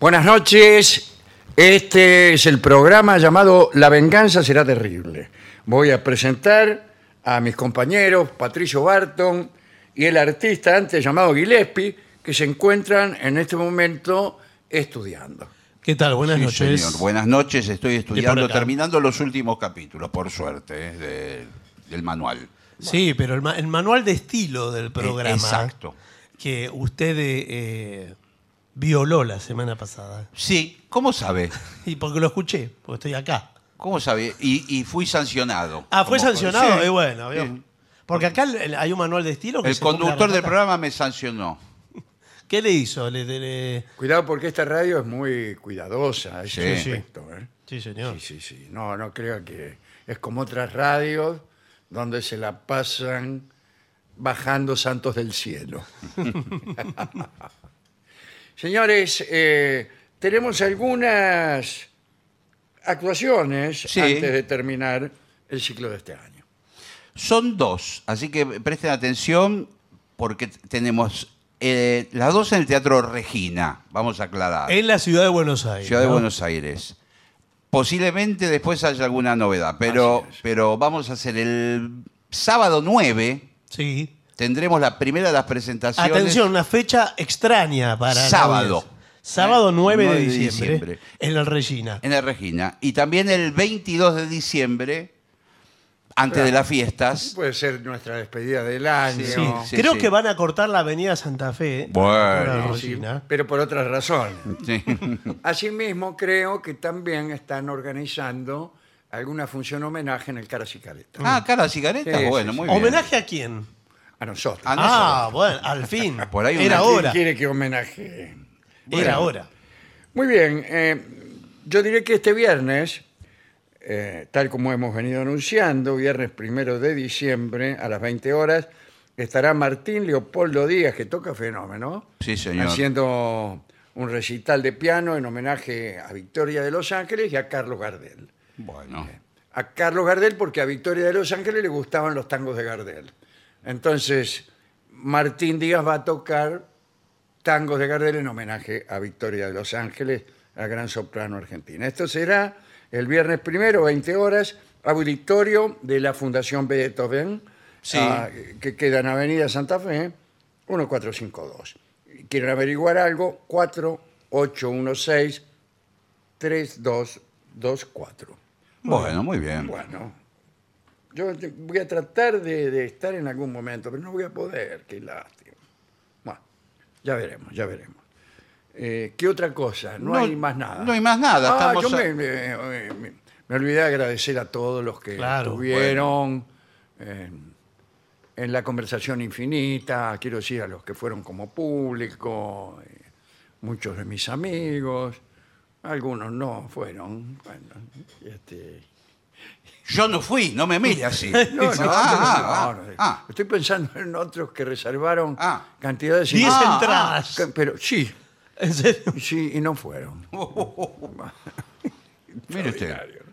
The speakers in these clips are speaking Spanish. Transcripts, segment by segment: Buenas noches. Este es el programa llamado La venganza será terrible. Voy a presentar a mis compañeros Patricio Barton y el artista antes llamado Gillespie, que se encuentran en este momento estudiando. ¿Qué tal? Buenas Sí, noches. señor. Buenas noches. Estoy estudiando, acá. terminando los últimos capítulos, por suerte, eh, de- del manual. Sí, pero el, ma- el manual de estilo del programa. E-, exacto. Que usted eh, eh, violó la semana pasada. Sí, ¿cómo sabe? Y porque lo escuché, porque estoy acá. ¿Cómo sabe? Y, y fui sancionado. Ah, fue Como- sancionado. Sí. Y bueno, Sí. bien. porque acá el- el- hay un manual de estilo. Que El se cumple a conductor del rajatabla. programa me sancionó. ¿Qué le hizo? Le- le- le- Cuidado porque esta radio es muy cuidadosa a ese Sí. Sí, sí. respecto. ¿eh? Sí, señor. Sí, sí, sí. No, no creo que es como otras radios donde se la pasan bajando santos del cielo. Señores, eh, tenemos algunas actuaciones Sí. antes de terminar el ciclo de este año. Son dos, así que presten atención porque t- tenemos eh, las dos en el Teatro Regina, vamos a aclarar. En la ciudad de Buenos Aires. Ciudad de ¿no? Buenos Aires. Posiblemente después haya alguna novedad, pero, Así es. pero vamos a hacer el sábado 9, Sí. tendremos la primera de las presentaciones. Atención, una fecha extraña para. la Sábado. audiencia. Sábado Eh, 9, de 9 de diciembre, diciembre. En el Regina. En la Regina. Y también el 22 de diciembre, antes de las fiestas. Puede ser nuestra despedida del año. Sí, Sí. sí, Creo sí. que van a cortar la avenida Santa Fe. ¿eh? Bueno. para la Sí, Regina. pero por otras razones. Sí. Asimismo, creo que también están organizando alguna función homenaje en el Caras y Caretas. Ah, cara de cigareta. Sí, sí, bueno, sí. muy bien. ¿Homenaje a quién? A nosotros. A Ah, bueno, al fin. Por ahí Era una- ¿Quién Ah, hora. quiere que homenaje? Era hora. Muy bien, eh, yo diré que este viernes, eh, tal como hemos venido anunciando, viernes primero de diciembre a las 20 horas, estará Martín Leopoldo Díaz, que toca fenómeno, Sí, señor. haciendo un recital de piano en homenaje a Victoria de Los Ángeles y a Carlos Gardel. Bueno. a Carlos Gardel porque a Victoria de Los Ángeles le gustaban los tangos de Gardel. Entonces, Martín Díaz va a tocar tangos de Gardel en homenaje a Victoria de Los Ángeles, la gran soprano argentina. Esto será el viernes primero, 20 horas, auditorio de la Fundación Beethoven, Sí. ah, que queda en Avenida Santa Fe, 1452. ¿Quieren averiguar algo? 4816 3224. Bueno, muy bien. Bueno, yo te- voy a tratar de, de estar en algún momento, pero no voy a poder, qué lástima. Bueno, ya veremos, ya veremos. Eh, ¿Qué otra cosa? No, No- hay más nada. no hay más nada, Ah, estamos yo a- me, me- me- me olvidé de agradecer a todos los que Claro, estuvieron eh, en la conversación infinita, quiero decir, a los que fueron como público, eh, muchos de mis amigos, algunos no fueron. Bueno, este, Yo no fui, no me mire así. no, no, Ah, no, ah, no, no, no. ah, ah. Estoy pensando en otros que reservaron Ah. cantidades Diez Ah, entradas. que- pero sí, ¿En serio? sí, y no fueron. Mire usted. Extraordinario, ¿no?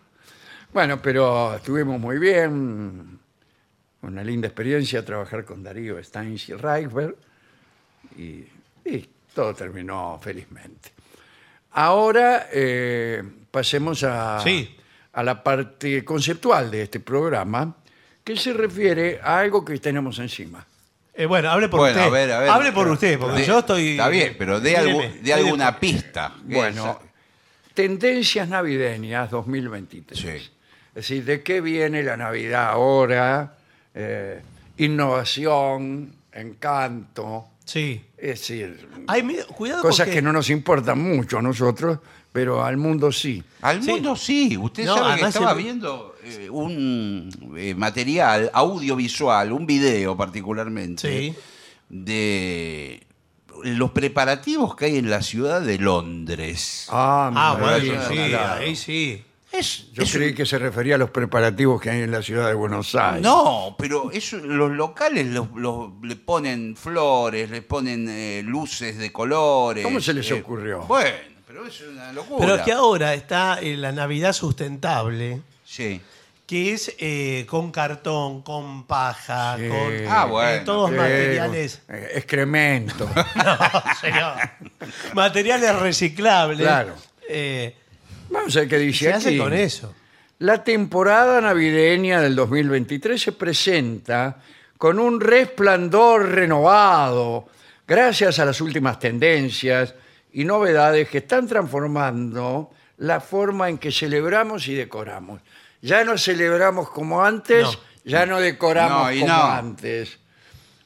Bueno, pero estuvimos muy bien. Una linda experiencia trabajar con Darío Steins y Reichberg. Y, y todo terminó felizmente. Ahora eh, pasemos a, Sí. a la parte conceptual de este programa, que se refiere a algo que tenemos encima. Eh, bueno, hable por Bueno, usted. a ver, a ver. Hable por usted, porque De- yo estoy. Está bien, pero dé Míreme, algu- estoy dé alguna pista. Bueno, tendencias navideñas 2023. Sí. Es decir, ¿de qué viene la Navidad ahora? Eh, innovación, encanto. Sí. Es decir, Ay, mira, cuidado cosas porque- que no nos importan mucho a nosotros, pero al mundo sí. Al Sí. mundo sí. Usted No, sabe que además estaba el- viendo eh, un eh, material audiovisual, un video particularmente, Sí. de los preparativos que hay en la ciudad de Londres. Ah, mira, bueno, eso sí, es una- ahí sí. Es- Yo es creí un- que se refería a los preparativos que hay en la ciudad de Buenos Aires. No, pero eso, los locales los- los- le ponen flores, le ponen eh, luces de colores. ¿Cómo se les eh, ocurrió? Bueno, pero es una locura. Pero es que ahora está eh, la Navidad sustentable, Sí. que es eh, con cartón, con paja, Sí. con Ah, eh, bueno, todos Sí, materiales. eh, excremento. No, señor. materiales reciclables. Claro. Eh, Vamos a ver qué dice se aquí. hace con eso. La temporada navideña del 2023 se presenta con un resplandor renovado gracias a las últimas tendencias y novedades que están transformando la forma en que celebramos y decoramos. Ya no celebramos como antes, No. ya no decoramos No, y como no. antes.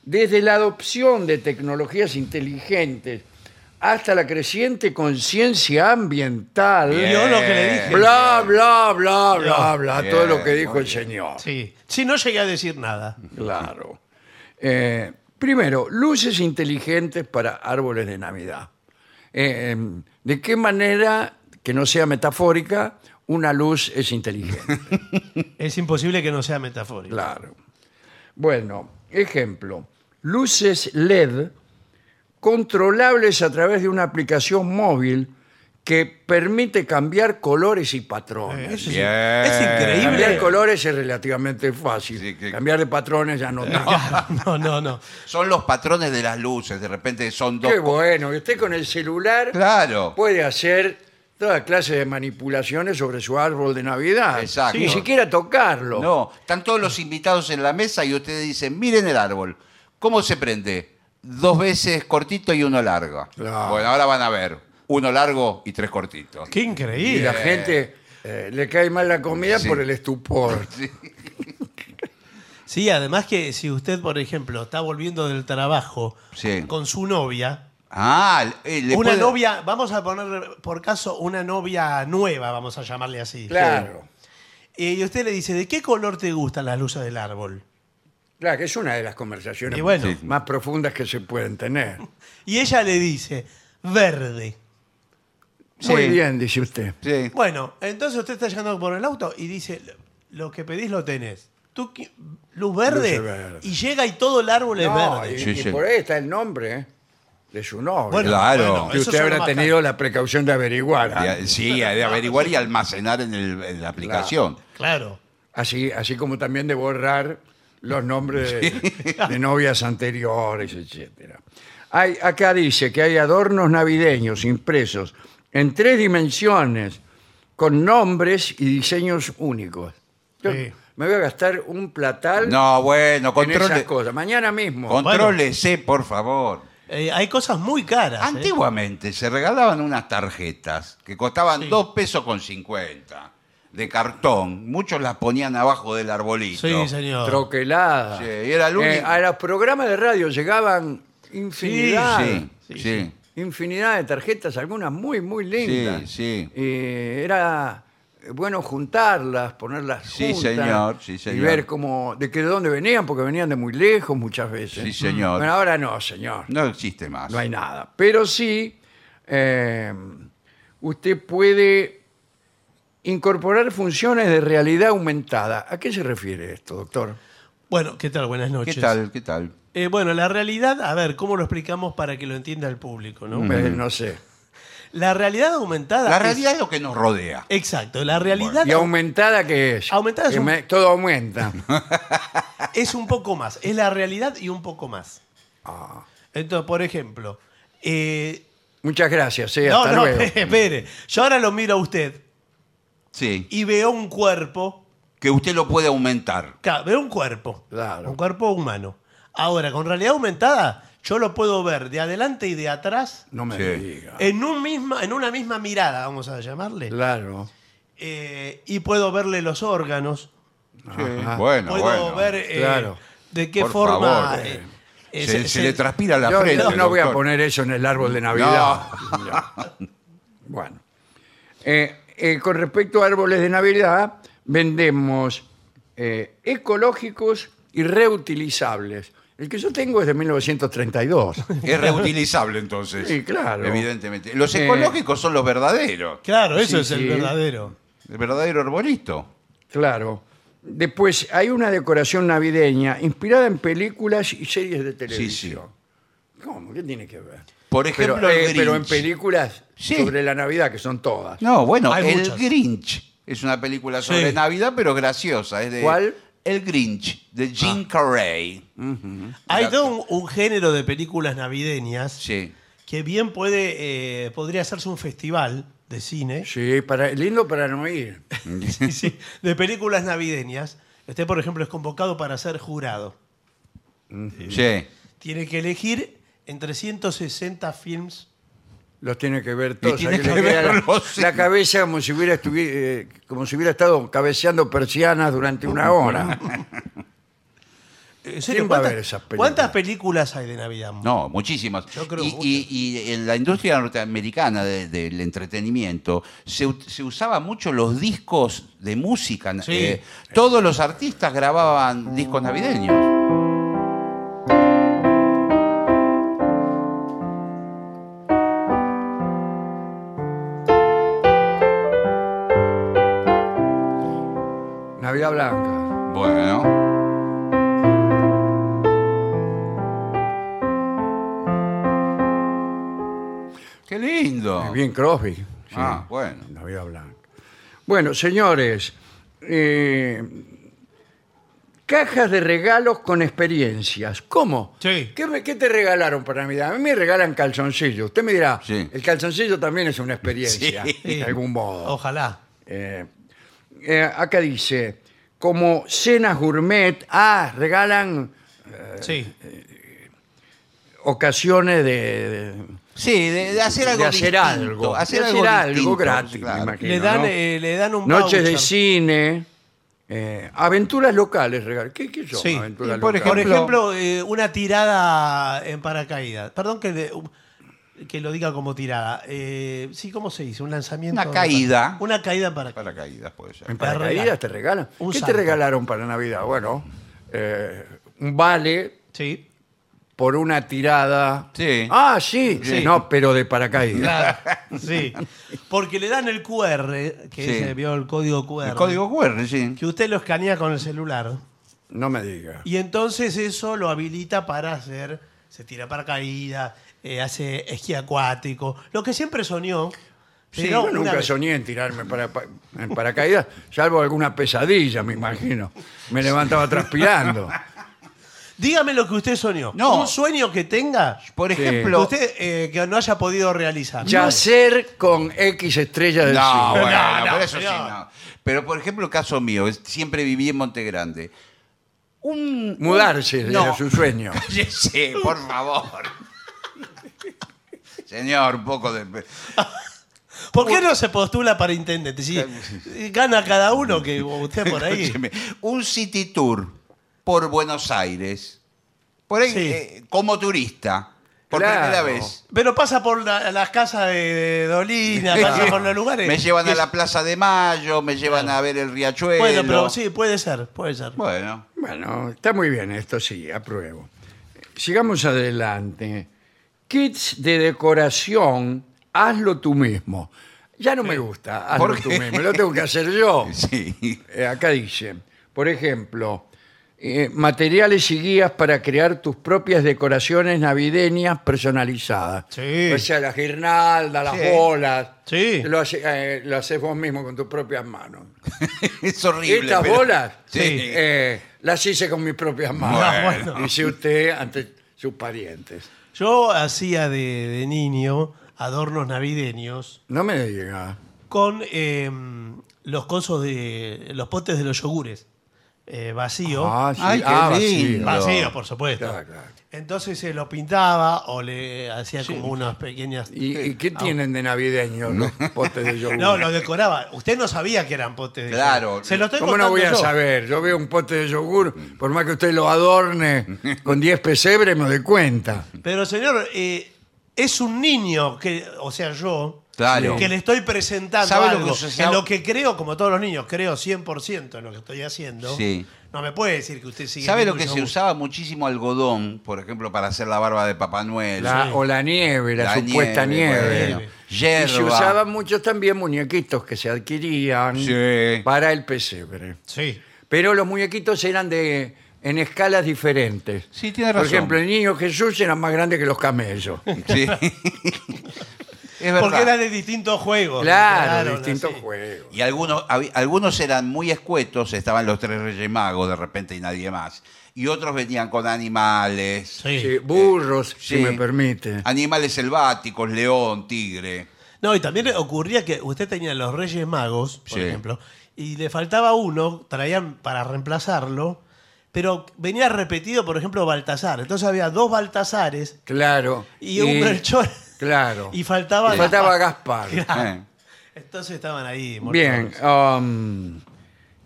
Desde la adopción de tecnologías inteligentes hasta la creciente conciencia ambiental. Bien. Yo lo que le dije. Bla, bla, bla, bla, bla. Bien, todo lo que dijo muy el señor. Sí. Sí, no llegué a decir nada. Claro. Eh, primero, luces inteligentes para árboles de Navidad. Eh, em, ¿De qué manera, que no sea metafórica, una luz es inteligente? Es imposible que no sea metafórico. Claro. Bueno, ejemplo. Luces LED controlables a través de una aplicación móvil que permite cambiar colores y patrones. Eso es- Bien. es Cambiar increíble. colores es relativamente fácil. Sí, que- Eh, Cambiar de patrones ya no tanto. No, no, no. Son los patrones de las luces, de repente son dos. Qué bueno. Y usted con el celular Claro. puede hacer toda clase de manipulaciones sobre su árbol de Navidad. Exacto. Ni siquiera tocarlo. No, están todos los invitados en la mesa y ustedes dicen, miren el árbol, ¿cómo se prende? Dos veces cortito y uno largo. Claro. Bueno, ahora van a ver, uno largo y tres cortitos. Qué Y la increíble. gente eh, le cae mal la comida Sí. por el estupor. Sí, además que si usted, por ejemplo, está volviendo del trabajo Sí. con su novia, Ah, eh, le una puede- novia, vamos a poner por caso una novia nueva, vamos a llamarle así. Claro. Eh, Y usted le dice, ¿de qué color te gustan las luces del árbol? Claro, que es una de las conversaciones Y bueno. Sí. más profundas que se pueden tener. Y ella le dice, verde. Sí. Muy bien, dice usted. Sí. Bueno, entonces usted está llegando por el auto y dice, lo que pedís lo tenés. Tú, qui- luz verde, Luces verdes. y llega y todo el árbol es No, verde. y, Sí, y sí. por ahí está el nombre eh, de su novio. Bueno, Claro. bueno, que eso usted son habrá los más tenido la precaución de averiguar. De antes. a- sí, de averiguar y almacenar en, el- en la aplicación. caros. Claro. Así, así como también de borrar los nombres de, de novias anteriores, etcétera. Hay, acá dice que hay adornos navideños impresos en tres dimensiones con nombres y diseños únicos. Yo Sí. me voy a gastar un platal No, bueno, con esas controle, cosas. Mañana mismo. contrólese, por favor. Eh, hay cosas muy caras. ¿eh? Antiguamente se regalaban unas tarjetas que costaban dos pesos con 50 de cartón. Muchos las ponían abajo del arbolito. Sí, señor. Troquelada. Sí, y era el único- Eh, a los programas de radio llegaban infinidad. Sí, sí, sí. infinidad de tarjetas, algunas muy, muy lindas. Sí, sí. Eh, era bueno juntarlas, ponerlas Sí, juntas señor, sí, señor. y ver cómo, de que de dónde venían, porque venían de muy lejos muchas veces. Sí, señor. Bueno, ahora no, señor, No existe más. no hay nada. Pero sí, eh, usted puede incorporar funciones de realidad aumentada. ¿A qué se refiere esto, doctor? Bueno, ¿qué tal? Buenas ¿Qué noches. tal? ¿Qué tal? Eh, bueno, la realidad, a ver, ¿cómo lo explicamos para que lo entienda el público? ¿no? Mm. mm. Eh, no sé. La realidad aumentada. La es- realidad es lo que nos rodea. Eh, Exacto, la realidad ¿Y aumentada qué es? Aumentada es Que un- me- Todo aumenta. es un poco más. Es la realidad y un poco más. Entonces, por ejemplo, eh, Muchas gracias, eh, no, hasta no, luego. espere. Yo ahora lo miro a usted Sí. y veo un cuerpo. Que usted lo puede aumentar. Claro, veo un cuerpo. Claro. Un cuerpo humano. Ahora, con realidad aumentada, yo lo puedo ver de adelante y de atrás No me Sí. diga. en, un misma, en una misma mirada, vamos a llamarle. Claro. Eh, y puedo verle los órganos. Ajá. Bueno, puedo bueno. ver eh, claro. de qué Por forma. favor, eh, eh, se, se le transpira la Yo frente. no, no voy a doctor. poner eso en el árbol de Navidad. Ya. Bueno. Eh, eh, con respecto a árboles de Navidad, vendemos eh, ecológicos y reutilizables. El que yo tengo es de 1932. Es reutilizable entonces. Sí, claro. Evidentemente. Los Eh, ecológicos son los verdaderos. Claro, eso Sí, es el sí. verdadero. El verdadero arbolito. Claro. Después hay una decoración navideña inspirada en películas y series de televisión. ¿Cómo? ¿Qué tiene que ver? Por Pero, ejemplo, eh, el pero en Grinch. películas Sí. sobre la Navidad, que son todas. No, bueno, Hay el muchas. Grinch Es una película sobre Sí. Navidad, pero graciosa. Es de- ¿Cuál? Ah. El Grinch, de Jim Carrey. Hay todo un, un género de películas navideñas Sí. que bien puede, eh, podría hacerse un festival de cine Sí, para, lindo para no ir. sí, sí, de películas navideñas. Usted, por ejemplo, es convocado para ser jurado. Sí. Tiene que elegir entre 160 films. Los tiene que ver Y todos. tiene ahí que le queda la- verlos, sí. la, cabeza como si, hubiera estuvi- eh, como si hubiera estado cabeceando persianas durante una hora. Eh, En ¿Quién va a ¿cuántas, ver esas películas? cuántas películas hay de Navidad? No, muchísimas. Yo creo y, y- y en la industria norteamericana de- del entretenimiento se, u- se usaba mucho los discos de música. Eh, Sí. todos los artistas grababan discos navideños. Navidad Blanca. Bueno. Qué lindo. Bien Crosby. Sí. Ah, bueno. Navidad Blanca. Bueno, señores. eh, cajas de regalos con experiencias. ¿Cómo? Sí. ¿Qué, me- qué te regalaron para Navidad? A mí me regalan calzoncillo. Usted me dirá, Sí. Oh, el calzoncillo también es una experiencia, Sí. de algún modo. Ojalá. Eh, eh, acá dice, como cenas gourmet, ah, regalan Eh, Sí. ocasiones de... de- Sí, de, de hacer De algo hacer distinto, algo. Hacer, De algo, hacer algo distinto, gratis, claro. me imagino. le, dan, ¿no? eh, le dan un noches de voucher. cine, eh, aventuras locales, regalan. ¿Qué, qué son Sí. aventuras Y por locales? Por ejemplo, eh, una tirada en paracaídas. Perdón que, de- um, que lo diga como tirada. Eh, sí, ¿cómo se dice? Un lanzamiento. Una caída. Una caída en paracaídas. Paracaídas puede ser. En paracaídas te regalan. Un ¿Qué te salto. regalaron para Navidad? Bueno, eh, un vale Sí. por una tirada. Sí. Ah, sí. Sí. No, pero de paracaídas. Claro, sí. Porque le dan el QR, que Sí. se vio el código QR. El código QR, sí. Que usted lo escanea con el celular. No me digas. Y entonces eso lo habilita para hacer. Se tira paracaídas, eh, hace esquí acuático. Lo que siempre soñó. Sí, pero yo una nunca vez- soñé en tirarme para, pa- en paracaídas, salvo alguna pesadilla, me imagino. Me levantaba transpirando. Dígame lo que usted soñó. No. Un sueño que tenga. Por Sí. Que ejemplo. usted eh, que no haya podido realizar. Yacer con X estrellas del No, cine. bueno, No, no, pero eso sí, señor. no. Pero por ejemplo, caso mío, es- siempre viví en Monte Grande. Un, Mudarse un- era no. su sueño. Cállese, por favor. Señor, un poco de. ¿Por qué no se postula para intendente? Si eh, gana cada uno que usted por ahí. Escúcheme, Un city tour por Buenos Aires. Por ahí, Sí. eh, como turista. Por Claro. primera vez. Pero pasa por la- las casas de, de Dolina, pasa por los lugares. Me llevan que- a la Plaza de Mayo, me llevan a ver el riachuelo. Bueno, pero sí, puede ser, puede ser. Bueno. Bueno, está muy bien esto, sí, apruebo. Sigamos adelante. Kits de decoración, hazlo tú mismo. Ya no me gusta, hazlo ¿Por tú qué? mismo, lo tengo que hacer yo. Sí. Eh, acá dice, por ejemplo, eh, materiales y guías para crear tus propias decoraciones navideñas personalizadas. Sí. O sea, las guirnaldas, las Sí. bolas. Sí. Lo, hace- eh, lo haces vos mismo con tus propias manos. Es horrible. Estas pero- bolas Sí. eh, las hice con mis propias manos. Bueno. Bueno. Dice usted ante sus parientes. Yo hacía de, de niño adornos navideños No me diga. con eh, los cosos de los potes de los yogures eh, vacío. Ah, sí, Ay, qué vacío. Ah, lindo. Vacío, por supuesto. Claro, claro. Entonces se lo pintaba o le hacía como unas pequeñas. ¿Y, y qué tienen de navideño los potes de yogur? No, lo decoraba. Usted no sabía que eran potes de Claro. yogur. Se lo estoy ¿Cómo no contando voy a yo. saber? Yo veo un pote de yogur, por más que usted lo adorne con 10 pesebres, me doy cuenta. Pero señor, eh, es un niño que, o sea, yo, Claro. que le estoy presentando ¿Sabe lo algo. que sucede? en lo que creo, como todos los niños, creo 100% en lo que estoy haciendo. Sí. No me puede decir que usted sigue. ¿Sabe lo viendo que el se yogur. usaba muchísimo algodón, por ejemplo, para hacer la barba de Papá Noel? La- O la nieve, la, supuesta nieve. bueno. Yerba. Y se usaban muchos también muñequitos que se adquirían Sí. para el pesebre. Sí. Pero los muñequitos eran de en escalas diferentes. Sí, tiene Por razón. ejemplo, el niño Jesús era más grande que los camellos. Sí. Es verdad. Porque eran de distintos juegos. Claro, Claro, distintos así. juegos. Y algunos, hab- algunos eran muy escuetos, estaban los tres reyes magos de repente y nadie más. Y otros venían con animales, Sí. Sí, burros, si sí. me permite. animales selváticos, león, tigre. No, y también ocurría que usted tenía los Reyes Magos, por Sí. ejemplo, y le faltaba uno, traían para reemplazarlo, pero venía repetido, por ejemplo, Baltasar. Entonces había dos Baltasares Claro. y, un Melchor. Claro. Y faltaba. Y faltaba Gaspar. Eh. Entonces estaban ahí. Bien. mortados. um,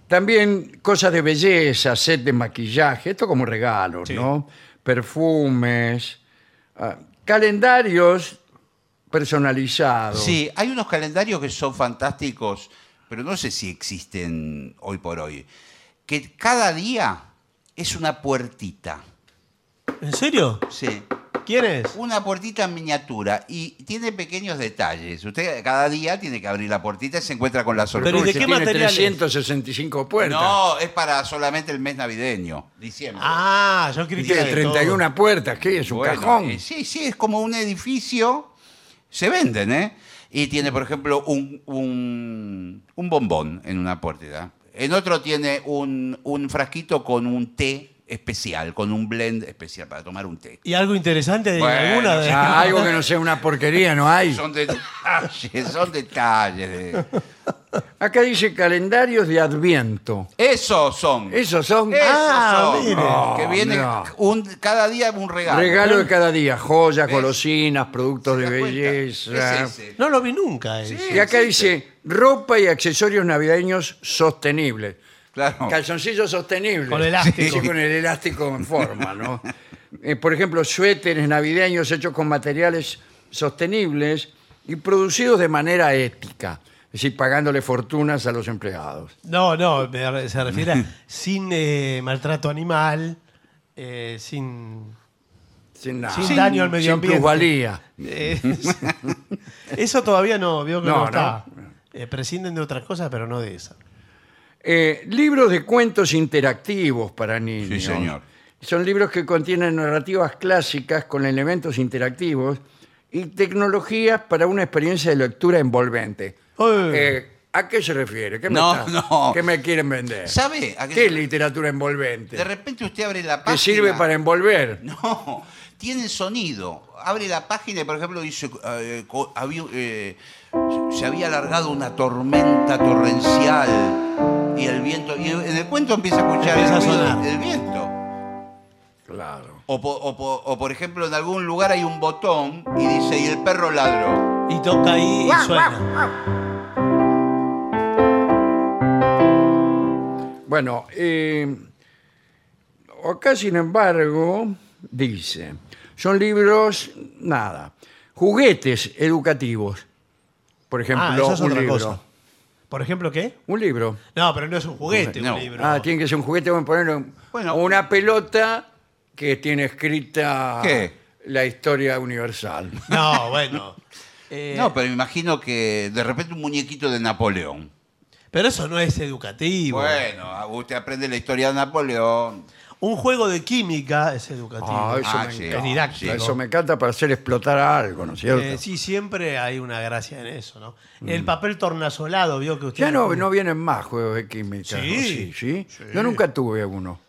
también cosas de belleza, set de maquillaje, esto como regalos, Sí. ¿no? Perfumes, ah, calendarios personalizados. Sí, hay unos calendarios que son fantásticos, pero no sé si existen hoy por hoy. Que cada día es una puertita. ¿En serio? Sí. ¿Quién es? Una puertita en miniatura y tiene pequeños detalles. Usted cada día tiene que abrir la puertita y se encuentra con la Pero ¿y sorpresa. Se de qué tiene material es? 365 puertas. No, es para solamente el mes navideño, diciembre. Ah, yo Y critiqué. tiene de 31 puertas, ¿qué es? ¿Un Bueno, cajón? eh, sí, sí, es como un edificio. Se venden, ¿eh? Y tiene, por ejemplo, un, un, un bombón en una puerta. En otro tiene un, un frasquito con un té especial, con un blend especial para tomar un té. todo. ¿Y algo interesante de Bueno, alguna de Ah, algo que no sea una porquería, no hay. Son detalles, son detalles. de- Acá dice calendarios de Adviento. Esos son. Esos son Esos Ah, son. mire. que viene No. un, cada día un regalo. regalo de cada día, joyas, ¿Ves? golosinas, productos ¿Se de da cuenta? belleza. Es ese. No lo vi nunca. eh. eso. Sí. Y acá dice ropa y accesorios navideños sostenibles. Claro. Calzoncillos sostenibles. Con elástico. Sí, con el elástico en forma, ¿no? Eh, por ejemplo, suéteres navideños hechos con materiales sostenibles y producidos de manera ética. Es decir, pagándole fortunas a los empleados. No, no, me re- se refiere a sin eh, maltrato animal, eh, sin, Ah, Sin nada. sin daño al medio sin ambiente. plusvalía. Eh, eso todavía no, veo que No, no, no. está. Eh, prescinden de otras cosas, pero no de esa. Eh, libros de cuentos interactivos para niños. Sí, señor. Son libros que contienen narrativas clásicas con elementos interactivos y tecnologías para una experiencia de lectura envolvente. Uy. Eh, ¿A qué se refiere? ¿Qué me, No, está- no. qué me quieren vender? ¿Sabe? a qué ¿Qué se- es literatura envolvente? De repente usted abre la página. Que sirve para envolver. No, tiene sonido. Abre la página y, por ejemplo, dice: eh, co- había, eh, se había alargado una tormenta torrencial y el viento. Y en el cuento empieza a escuchar Empieza a el, ruido sonar. del viento. Claro. O, po- o po- o, por ejemplo, en algún lugar hay un botón y dice: y el perro ladró. Y toca ahí y suena. Ah, Bueno, eh, acá sin embargo dice, son libros, nada, juguetes educativos. Por ejemplo, Ah, eso es un otra libro. cosa. ¿Por ejemplo qué? Un libro. No, pero no es un juguete, No. un libro. Ah, tiene que ser un juguete, vamos a ponerlo en- Bueno. una pelota que tiene escrita ¿Qué? la historia universal. No, bueno. Eh, No, pero me imagino que de repente un muñequito de Napoleón. pero eso no es educativo. Bueno, usted aprende la historia de Napoleón. Un juego de química es educativo. Ah, eso Ah, me sí. encanta. Es didáctico. Eso me encanta para hacer explotar algo, ¿no es cierto? Mm. Eh, sí, siempre hay una gracia en eso, ¿no? El papel tornasolado, vio que usted. Ya no, no vienen más juegos de química. ¿no? Sí, Sí. sí. Yo nunca tuve uno.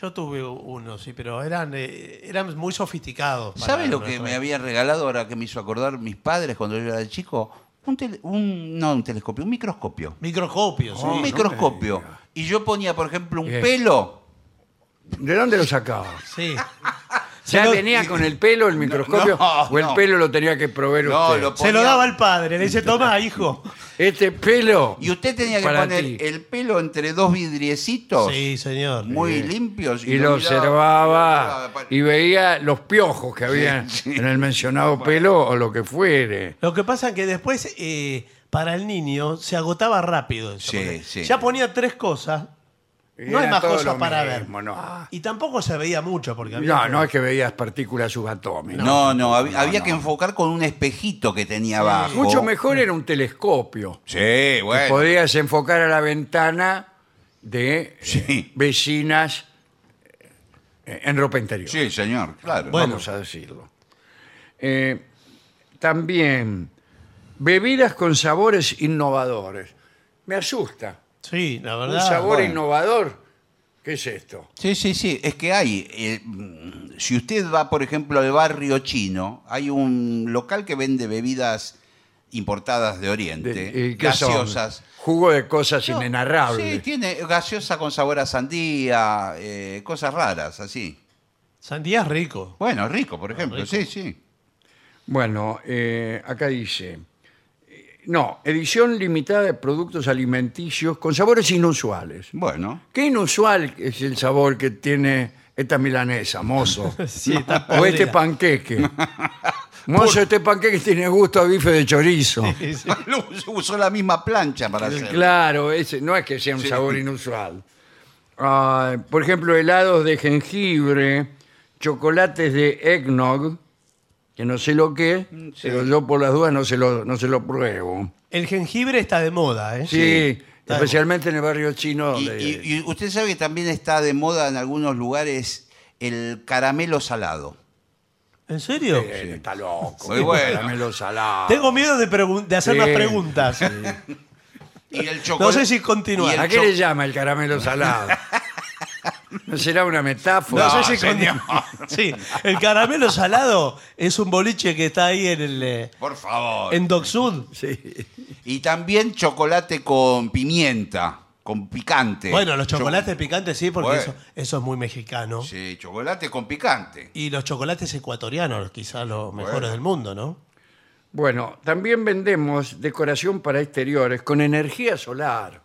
Yo tuve uno, sí, pero eran, eh, eran muy sofisticados. para ¿Sabe lo que nuestra- me habían regalado ahora que me hizo acordar mis padres cuando yo era chico? Un, tele- un- no un telescopio, un microscopio. Microscopios, Oh, sí. un microscopio. y yo ponía, por ejemplo, un Bien. pelo. ¿De dónde lo sacaba? Sí. Se ¿Ya lo- venía con el pelo el microscopio? no, ¿O el no. pelo lo tenía que proveer No, usted? lo- Se lo ponía- daba al padre, le dice, toma, hijo. Este pelo. Y usted tenía que Para poner ti. el pelo entre dos vidriecitos Sí, señor. muy limpios. Eh, Y lo miraba- observaba miraba- y veía los piojos que había en el mencionado pelo o lo que fuere. Lo que pasa es que después, eh, para el niño, se agotaba rápido. eso, Sí, porque sí. Ya ponía tres cosas. Y No hay era más todo cosas lo para mismo, ver. Ah, No. Y tampoco se veía mucho porque había. no, no es que veías partículas subatómicas. No, no, hab- había que enfocar con un espejito que tenía abajo. Mucho mejor era un telescopio. Sí, que Oh. bueno. podías enfocar a la ventana de Sí. vecinas eh, en ropa interior. Sí, señor, claro. Bueno. Vamos a decirlo. Eh, también bebidas con sabores innovadores. Me asusta. Sí, la Un verdad. sabor Ah, bueno. innovador. ¿Qué es esto? Sí, sí, sí. Es que hay. eh, mm, si usted va, por ejemplo, al barrio chino, hay un local que vende bebidas importadas de Oriente, De- ¿y qué son? Este, gaseosas. Jugo de cosas No, inenarrables. Sí, tiene gaseosa con sabor a sandía, eh, cosas raras, así. Sandía es rico. Bueno, rico, por ejemplo. rico. Sí, sí. Bueno, eh, acá dice. eh, No, edición limitada de productos alimenticios con sabores inusuales. Bueno. Qué inusual es el sabor que tiene esta milanesa, mozo. Sí, está o este podrida. panqueque. mozo, este panqueque tiene gusto a bife de chorizo. Sí, sí. Usó la misma plancha para hacerlo. Claro, ese, no es que sea un sabor inusual. Ah, por ejemplo, helados de jengibre, chocolates de eggnog, que no sé lo que es, Mm, pero yo por las dudas no se lo, no se lo pruebo. El jengibre está de moda, ¿eh? Sí, está de especialmente en el barrio chino. Y, donde- y- y usted sabe que también está de moda en algunos lugares el caramelo salado. ¿En serio? Eh, Está loco. Muy bueno. Dámelo salado. Tengo miedo de, pregun- de hacer Sí. las preguntas. Y el No chocolate. sé si continuar. Y el ¿A qué cho- le llama el caramelo salado? ¿No será una metáfora? No, No sé si con- Ah, señor. Sí, el caramelo salado es un boliche que está ahí en el eh, Por favor. en Docsud. Sí. Y también chocolate con pimienta, con picante. Bueno, los Cho- chocolates picantes sí, porque Bueno. eso, eso es muy mexicano. Sí, chocolate con picante. Y los chocolates ecuatorianos, quizás los mejores Bueno. del mundo, ¿no? Bueno, también vendemos decoración para exteriores con energía solar.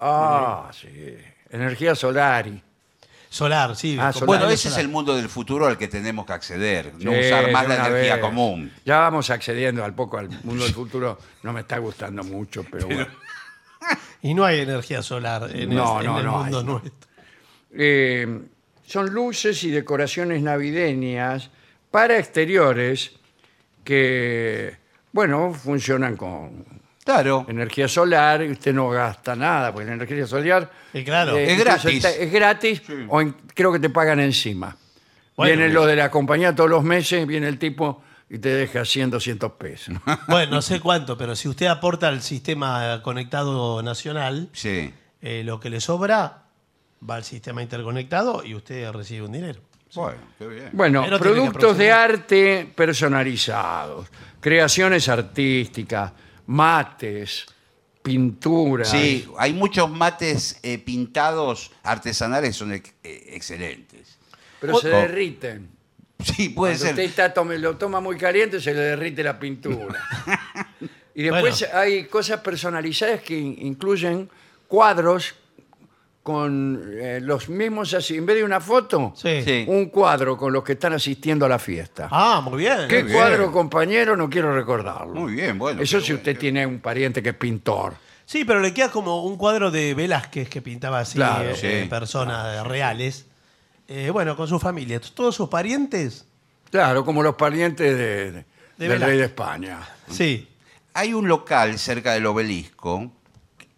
Ah, sí. Energía solar. y- Solar, sí. Ah, con- solar. Bueno, con ese es solar. el mundo del futuro al que tenemos que acceder, no Sí, usar más de la una energía vez. común. Ya vamos accediendo al poco al mundo del futuro. No me está gustando mucho, pero bueno. Y no hay energía solar en, No, el, no, en el no mundo hay. nuestro. Eh, son luces y decoraciones navideñas para exteriores que, bueno, funcionan con Claro. energía solar y usted no gasta nada, porque la energía solar Y claro. eh, Es incluso gratis. está- es gratis Sí. o en- creo que te pagan encima. Bueno, vienen bien. los de la compañía todos los meses, viene el tipo y te deja 100, 200 pesos. Bueno, no sé cuánto, pero si usted aporta al sistema conectado nacional, Sí. eh, lo que le sobra va al sistema interconectado y usted recibe un dinero. Bueno, qué bien. Bueno, Pero tiene que productos de proceder. arte personalizados, creaciones artísticas, mates, pinturas. Sí, hay muchos mates eh, pintados artesanales, son ex- eh, excelentes. Pero se Oh. derriten. Sí, puede Cuando ser. usted está, tome- lo toma muy caliente, se le derrite la pintura. y después hay cosas personalizadas que in- incluyen cuadros con eh, los mismos así. En vez de una foto, Sí. Sí. un cuadro con los que están asistiendo a la fiesta. Ah, muy bien. ¿Qué bien. cuadro, compañero? No quiero recordarlo. Muy bien, bueno. Eso qué si bueno, usted qué- tiene un pariente que es pintor. Sí, pero le queda como un cuadro de Velázquez que pintaba así Claro, eh, sí. personas reales. Eh, bueno, con su familia. Todos sus parientes, Claro, como los parientes de- de- del Velázquez. rey de España. sí. Hay un local cerca del obelisco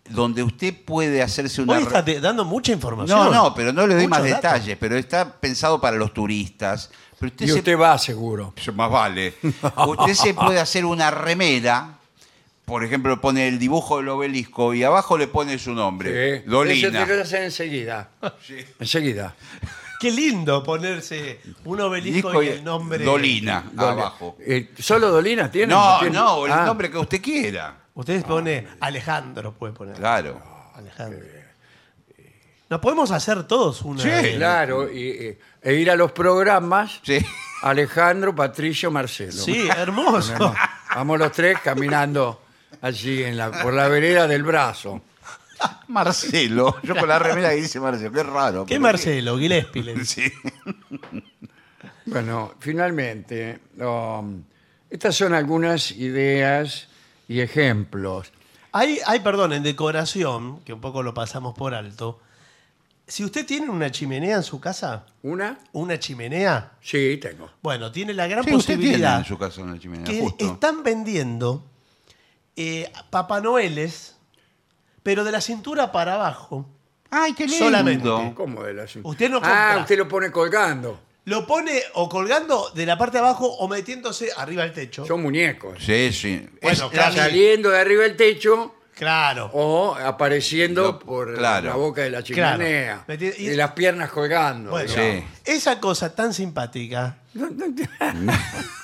donde usted puede hacerse una... Hoy está re- de- dando mucha información. no, no, pero no le doy más Muchos datos. detalles, pero está pensado para los turistas. Pero usted Y se- usted va seguro. Eso Más vale. Usted se puede hacer una remera. Por ejemplo, pone el dibujo del obelisco y abajo le pone su nombre. Sí. Eso Dolina. te lo hacen enseguida. Enseguida. Qué lindo ponerse un obelisco Disco y el nombre. Dolina, Doli- abajo. Eh, ¿Solo Dolina tiene? No, tiene? no, el Ah, nombre que usted quiera. Ustedes pone Alejandro, puede poner. eh, Claro. Alejandro. Nos podemos hacer todos una. Sí, Claro, y, y- e ir a los programas. Sí. Alejandro, Patricio, Marcelo. Sí, hermoso. Vamos, vamos los tres caminando allí en la, por la vereda del brazo. Marcelo. Yo con la remera que dice Marcelo. Qué raro. ¿Qué pero- Marcelo? Gillespie. le dice. Sí. Bueno, finalmente, um, estas son algunas ideas y ejemplos. Hay, hay, perdón, en decoración, que un poco lo pasamos por alto. Si usted tiene una chimenea en su casa, ¿Una? una chimenea, Sí, tengo. bueno, tiene la gran Sí, usted tiene posibilidad en su casa una chimenea. que Justo. están vendiendo eh, Papá Noeles, pero de la cintura para abajo. Ay, qué lindo. Solamente. ¿Cómo de la Usted no Ah, compra. usted lo pone colgando. Lo pone o colgando de la parte de abajo o metiéndose arriba del techo. Son muñecos. Sí, sí. Bueno, Es claro. la- Saliendo de arriba del techo Claro. o apareciendo Lo- por claro. la boca de la Claro. chimenea. Meti- y- Y las piernas colgando. Bueno, digamos. Sí. esa cosa tan simpática No, no ent-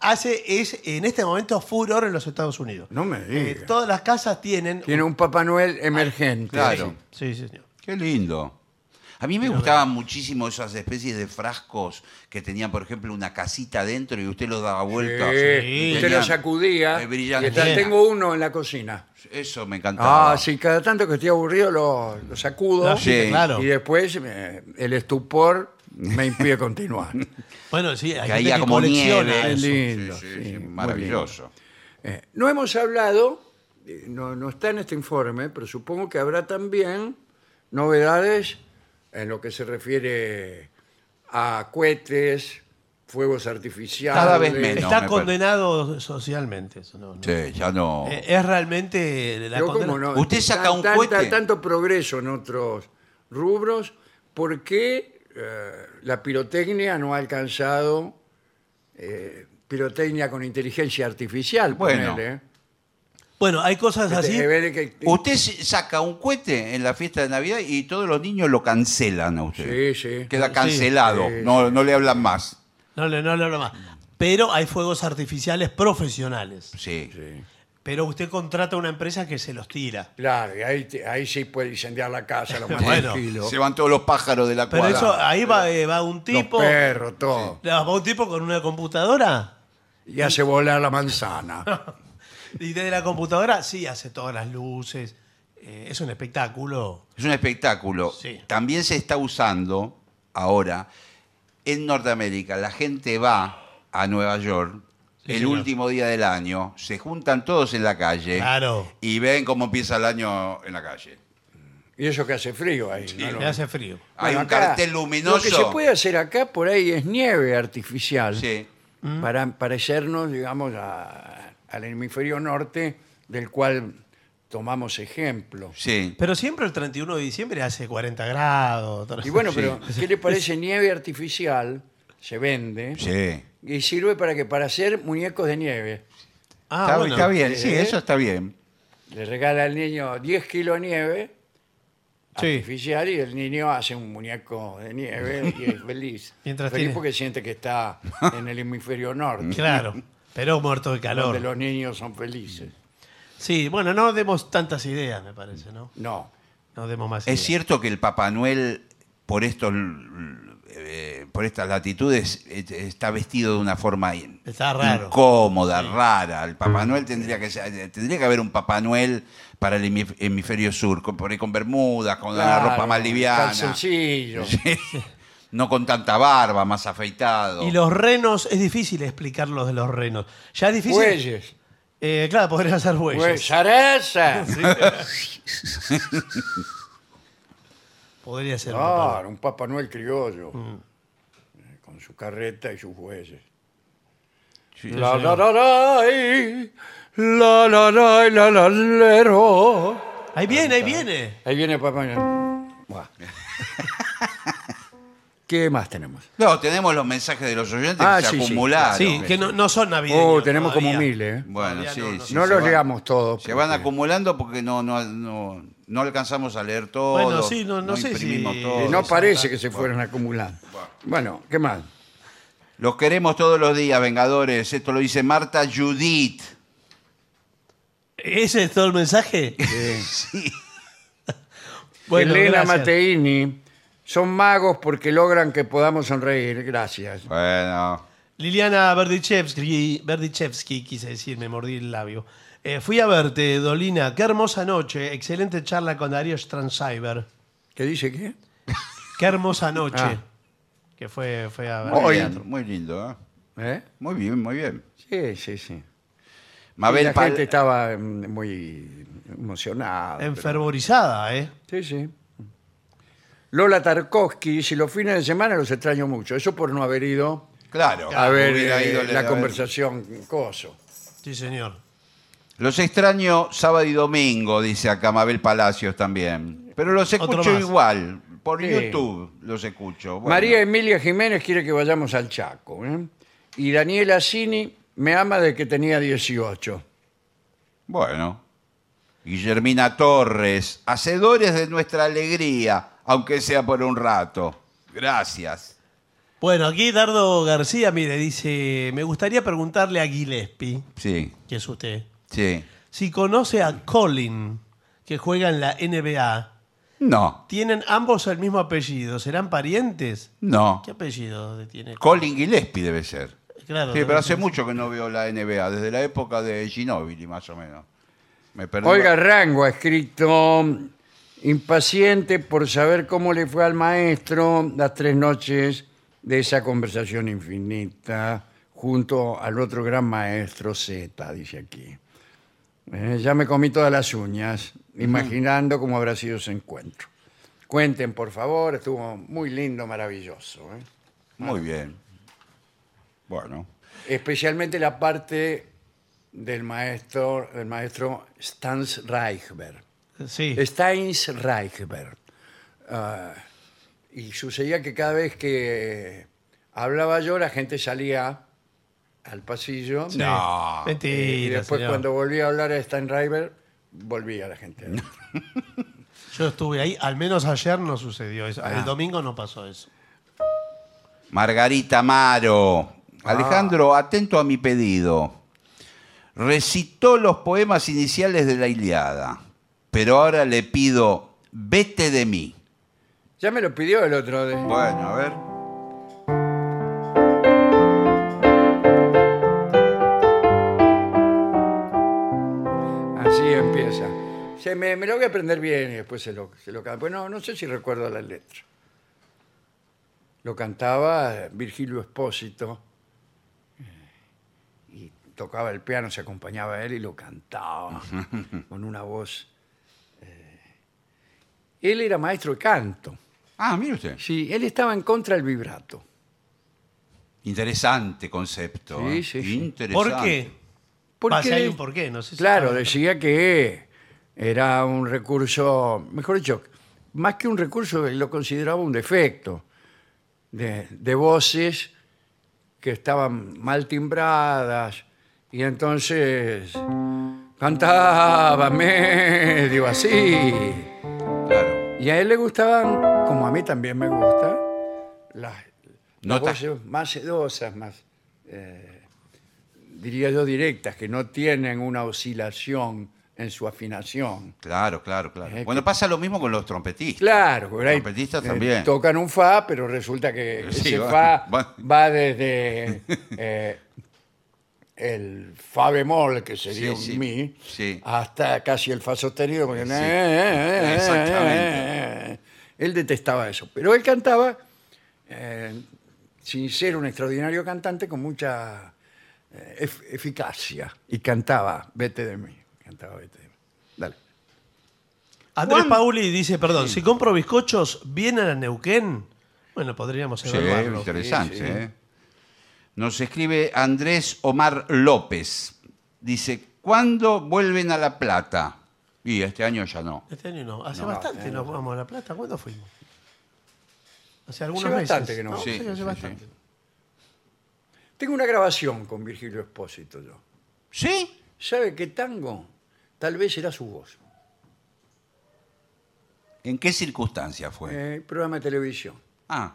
hace es en este momento furor en los Estados Unidos. No me Eh, digas. todas las casas tienen. Tiene un Papá Noel emergente. Claro. Sí, sí, señor. Qué lindo. A mí me gustaban muchísimo esas especies de frascos que tenían, por ejemplo, una casita dentro y usted los daba Sí, vuelta. Sí. Usted lo Tenían- sacudía. Eh, Y brillante. está- tengo uno en la cocina. Eso me Ah, encantaba. sí, cada tanto que estoy aburrido lo, lo sacudo. Lo agita, Sí. claro. Y después eh, el estupor me impide continuar. Bueno, sí, hay gente Caía que como colecciona nieve. eso. Sí, Sí, lindo, sí, sí, sí, muy maravilloso. Eh, no hemos hablado, eh, no, no está en este informe, pero supongo que habrá también novedades en lo que se refiere a cohetes, fuegos artificiales. Cada vez menos. Está me condenado socialmente. Eso, no, no. Sí, ya no. Eh, Es realmente la Yo condena. como no, Usted saca un tanta- cohete. tanto progreso en otros rubros, ¿por qué eh, la pirotecnia no ha alcanzado eh, pirotecnia con inteligencia artificial? Bueno. ponele? Bueno, hay cosas Este, así. que ver que- Usted se- saca un cohete en la fiesta de Navidad y todos los niños lo cancelan a usted. Sí, sí. Queda cancelado, Sí, sí. no, no le hablan más. No, le- no le hablo más. Pero hay fuegos artificiales profesionales. Sí. Sí. Pero usted contrata a una empresa que se los tira. Claro, y ahí, te- ahí sí puede incendiar la casa, lo más Bueno, tranquilo. Se van todos los pájaros de la Pero cuadra. eso, ahí va, eh, va un Los tipo. perros, todo. Va un tipo con una computadora. Y hace volar la manzana. Y desde la computadora sí hace todas las luces. Eh, es un espectáculo. Es un espectáculo. Sí. También se está usando ahora en Norteamérica. La gente va a Nueva York Sí, el señor. último día del año, se juntan todos en la calle Claro. y ven cómo empieza el año en la calle. Y eso que hace frío ahí. ¿no? Le hace frío. Hay Bueno, un acá, cartel Lo que se luminoso. puede hacer acá por ahí es nieve artificial. Mm. Sí. Para parecernos, digamos, a- al hemisferio norte del cual tomamos ejemplo. Sí. Pero siempre el 31 de diciembre hace 40 grados. Y bueno, Sí. pero ¿qué le parece nieve artificial? Se vende Sí. y sirve para que para hacer muñecos de nieve. Ah, está, bueno. está bien, sí, Eh. eso está bien. Le regala al niño 10 kilos de nieve Sí. artificial y el niño hace un muñeco de nieve y es feliz. Mientras feliz tiene- porque siente que está en el hemisferio norte, Claro. Pero muerto de donde calor. los niños son felices. Sí, bueno, no demos tantas ideas, me parece, ¿no? No. No demos más Es ideas. cierto que el Papá Noel, por estos eh, por estas latitudes, eh, está vestido de una forma in- Está raro. Mm. incómoda, rara. El Papá Noel tendría que ser- eh, tendría que haber un Papá Noel para el hemi- hemisferio sur, con, por ahí con bermudas, con la ropa más liviana, Calzoncillo. no con tanta barba, más afeitado. Y los renos, es difícil explicar lo de los renos. Ya es difícil. Bueyes. Eh, claro, podrían hacer bueyes. Bueyes. Zaraza. Podría ser. Ah. papá. Claro, un Papá Noel criollo. Eh, Con su carreta y sus bueyes. Sí. La la la la ay, la la la la la lero. Ahí viene, ahí viene. Ahí viene Papá Noel. Buah. ¿Qué más tenemos? No, tenemos los mensajes de los oyentes Ah, que se sí, sí. acumularon. sí, que no, no son navideños. Oh, tenemos todavía. como miles. eh. Bueno, Todavía sí, no, no. sí, no se los van- leamos todos. Se van porque acumulando porque no, no, no, no alcanzamos a leer todo. Bueno, sí, no- no sé imprimimos si- todo. No parece que se fueran acumulando. Bueno, ¿qué más? Los queremos todos los días, Vengadores. Esto lo dice Marta Judith. ¿Ese es todo el mensaje? Eh, Sí. Elena gracias. Mateini. Son magos porque logran que podamos sonreír. Gracias. Bueno, Liliana Berdichevsky, Berdichevsky, quise decir, me mordí el labio. Eh, fui a verte, Dolina. Qué hermosa noche. Excelente charla con Darío Transcyber. ¿Qué dice qué? Qué hermosa noche. Ah. Que fue, fue a ver. muy, Hoy- bien, muy lindo. ¿eh? ¿Eh? Muy bien, muy bien. Sí, sí, sí. Y Mabel la Pal- gente estaba mm, muy emocionada. Enfervorizada, ¿eh? pero- Sí, sí. Lola Tarkovsky, si los fines de semana los extraño mucho. Eso por no haber ido Claro. a ver Ah, hubiera eh, ido la a ver. conversación coso. Sí, señor. Los extraño sábado y domingo, dice acá Mabel Palacios también. Pero los Otro escucho más. igual Por Sí. YouTube los escucho. Bueno, María Emilia Jiménez quiere que vayamos al Chaco. ¿eh? Y Daniela Cini me ama desde que tenía 18. Bueno. Guillermina Torres, hacedores de nuestra alegría, aunque sea por un rato. Gracias. Bueno, aquí Dardo García, mire, dice, me gustaría preguntarle a Gillespie, Sí, que es usted, sí. si conoce a Colin, que juega en la NBA. No, Tienen ambos el mismo apellido, ¿serán parientes? no. ¿Qué apellido tiene? Colin Gillespie debe ser. Claro, Sí, pero hace debe ser. mucho que no veo la NBA, desde la época de Ginobili, más o menos. Me perdí. Olga Rango ha escrito impaciente por saber cómo le fue al maestro las tres noches de esa conversación infinita junto al otro gran maestro Z, dice aquí. Eh, ya me comí todas las uñas, imaginando cómo habrá sido ese encuentro. Cuenten, por favor, estuvo muy lindo, maravilloso. ¿eh? Muy bien. Bueno. Especialmente la parte del maestro, del maestro Stans Reichberg. eh, Sí. Steins Reichberg. Ah, y sucedía que cada vez que hablaba yo, la gente salía al pasillo. Sí. No. Eh, y Mentira, después, señor. cuando volvía a hablar a Steins Reichberg, volvía la gente. Yo estuve ahí, al menos ayer no sucedió eso. Ah. El domingo no pasó eso. Margarita Amaro. Alejandro, atento a mi pedido. Recitó los poemas iniciales de la Iliada, pero ahora le pido Vete de mí. Ya me lo pidió el otro día. Bueno, a ver. Así empieza. Se me, me lo voy a aprender bien y después se lo, se lo canto. Pues no, no sé si recuerdo la letra. Lo cantaba eh, Virgilio Espósito. eh, Y tocaba el piano, se acompañaba a él y lo cantaba con una voz. eh. Él era maestro de canto. Ah, mire usted. Sí, él estaba en contra del vibrato. Interesante concepto. Sí, ¿eh? sí, sí. Interesante. ¿Por qué? Va, si hay un porqué, no sé si Claro, saben. decía que era un recurso, mejor dicho, más que un recurso, él lo consideraba un defecto de, de voces que estaban mal timbradas y entonces cantaba medio así. Claro. Y a él le gustaban, como a mí también me gusta, las, las Notas. voces más sedosas, más, eh, diría yo, directas, que no tienen una oscilación en su afinación. Claro, claro, claro. Eh, bueno, pasa lo mismo con los trompetistas. Claro, por ahí, Trompetistas eh, también. tocan un fa, pero resulta que Sí, ese va- fa va, va- desde eh, el fa bemol, que sería Sí, un sí, mi, sí. hasta casi el fa sostenido. porque- eh, Sí, exactamente. Él detestaba eso, pero él cantaba, eh, sin ser un extraordinario cantante, con mucha eh, ef- eficacia. Y cantaba, vete de mí, cantaba, vete de mí. Dale. Andrés Juan- Pauli dice, perdón, si compro bizcochos, ¿vienen a Neuquén? Bueno, podríamos Sí, evaluarlo. interesante. Sí, sí. ¿eh? Nos escribe Andrés Omar López. Dice, ¿cuándo vuelven a La Plata? Y este año ya no. eh. Este año no. Hace No, bastante este año nos vamos a La Plata. ¿Cuándo fuimos? Hace algunos Hace meses. bastante que no vamos. sí, Sí, hace sí, bastante. sí. Tengo una grabación con Virgilio Espósito yo. ¿Sí? ¿Sabe qué tango? Tal vez era su voz. ¿En qué circunstancia fue? Eh, programa de televisión. Ah,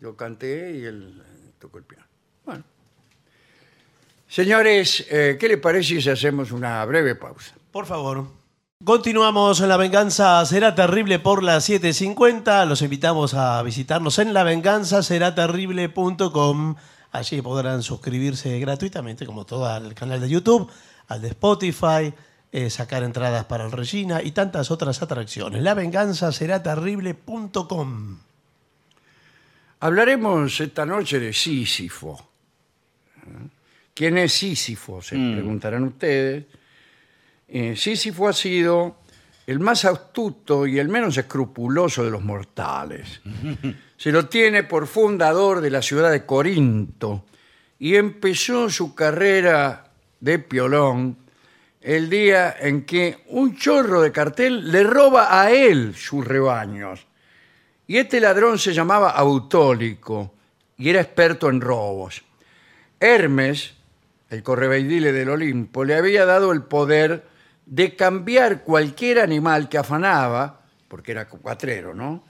Lo canté y él eh, tocó el piano. Bueno. Señores, eh, ¿qué les parece si hacemos una breve pausa? Por favor. Continuamos en La Venganza Será Terrible por las 7.50. Los invitamos a visitarnos en lavenganzaseraterrible.com. Allí podrán suscribirse gratuitamente, como todo al canal de YouTube, al de Spotify, eh, sacar entradas para el Regina y tantas otras atracciones. Lavenganzaseraterrible.com. Hablaremos esta noche de Sísifo. ¿Eh? ¿Quién es Sísifo? Se preguntarán ustedes. Eh, Sísifo ha sido el más astuto y el menos escrupuloso de los mortales. Se lo tiene por fundador de la ciudad de Corinto y empezó su carrera de piolón el día en que un chorro de cartel le roba a él sus rebaños Y este ladrón se llamaba Autólico y era experto en robos. Hermes, el correveidile del Olimpo, le había dado el poder de cambiar cualquier animal que afanaba, porque era cuatrero, ¿no?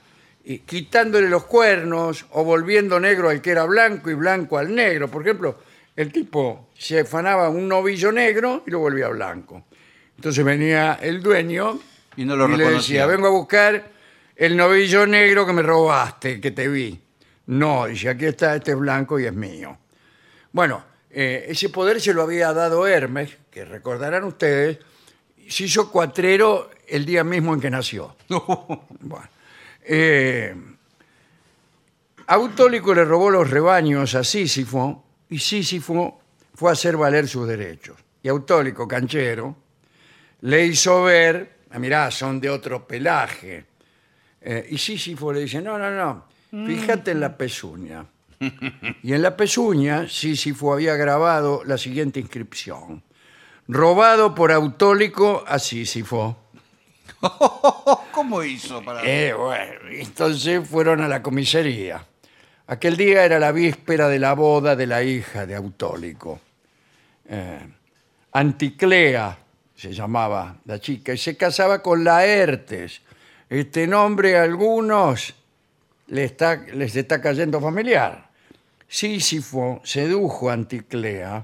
Y quitándole los cuernos o volviendo negro al que era blanco y blanco al negro. Por ejemplo, el tipo se afanaba un novillo negro y lo volvía blanco. Entonces venía el dueño Y no lo le reconocía. decía, vengo a buscar el novillo negro que me robaste, que te vi. No, dice, aquí está, este es blanco y es mío. Bueno, eh, ese poder se lo había dado Hermes, que recordarán ustedes, se hizo cuatrero el día mismo en que nació. Bueno, eh, Autólico le robó los rebaños a Sísifo y Sísifo fue a hacer valer sus derechos. Y Autólico, canchero, le hizo ver, "Ah, mirá, son de otro pelaje. Eh, y Sísifo le dice, no, no, no, fíjate en la pezuña. Y en la pezuña Sísifo había grabado la siguiente inscripción. Robado por Autólico a Sísifo. ¿Cómo hizo para.? Eh, bueno, y entonces fueron a la comisaría. Aquel día era la víspera de la boda de la hija de Autólico. Eh, Anticlea se llamaba la chica y se casaba con Laertes. Este nombre a algunos les está, les está cayendo familiar. Sísifo sedujo a Anticlea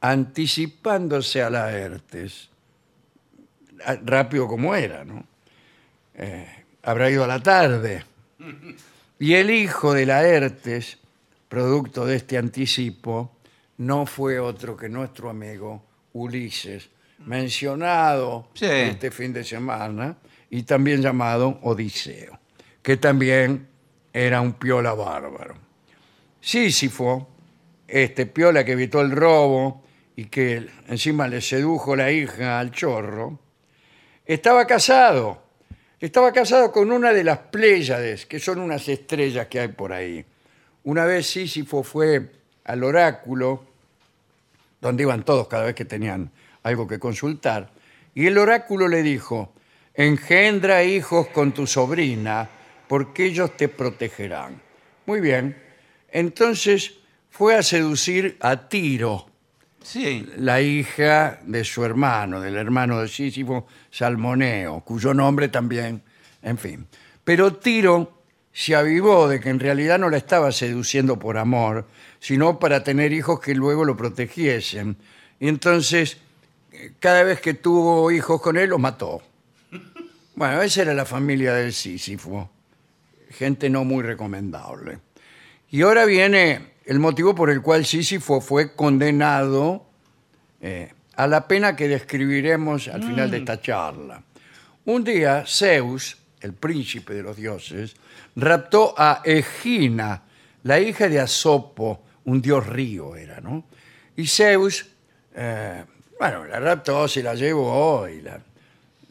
anticipándose a Laertes, Ah, rápido como era, ¿no? Eh, habrá ido a la tarde. Y el hijo de Laertes, producto de este anticipo, no fue otro que nuestro amigo Ulises, mencionado Sí. este fin de semana y también llamado Odiseo, que también era un piola bárbaro. Sísifo, este piola que evitó el robo y que encima le sedujo la hija al chorro, estaba casado. Estaba casado con una de las Pléyades, que son unas estrellas que hay por ahí. Una vez Sísifo fue al oráculo, donde iban todos cada vez que tenían algo que consultar, y el oráculo le dijo, engendra hijos con tu sobrina, porque ellos te protegerán. Muy bien, entonces fue a seducir a Tiro, Sí. la hija de su hermano, del hermano de Sísifo, Salmoneo, cuyo nombre también, en fin. Pero Tiro se avivó de que en realidad no la estaba seduciendo por amor, sino para tener hijos que luego lo protegiesen. Y entonces, eh, cada vez que tuvo hijos con él, los mató. Bueno, esa era la familia del Sísifo. Gente no muy recomendable. Y ahora viene el motivo por el cual Sísifo fue condenado eh, a la pena que describiremos al final de esta charla. Un día Zeus, el príncipe de los dioses, raptó a Egina, la hija de Asopo, un dios río era, ¿no? Y Zeus, eh, bueno, la raptó, se la llevó y la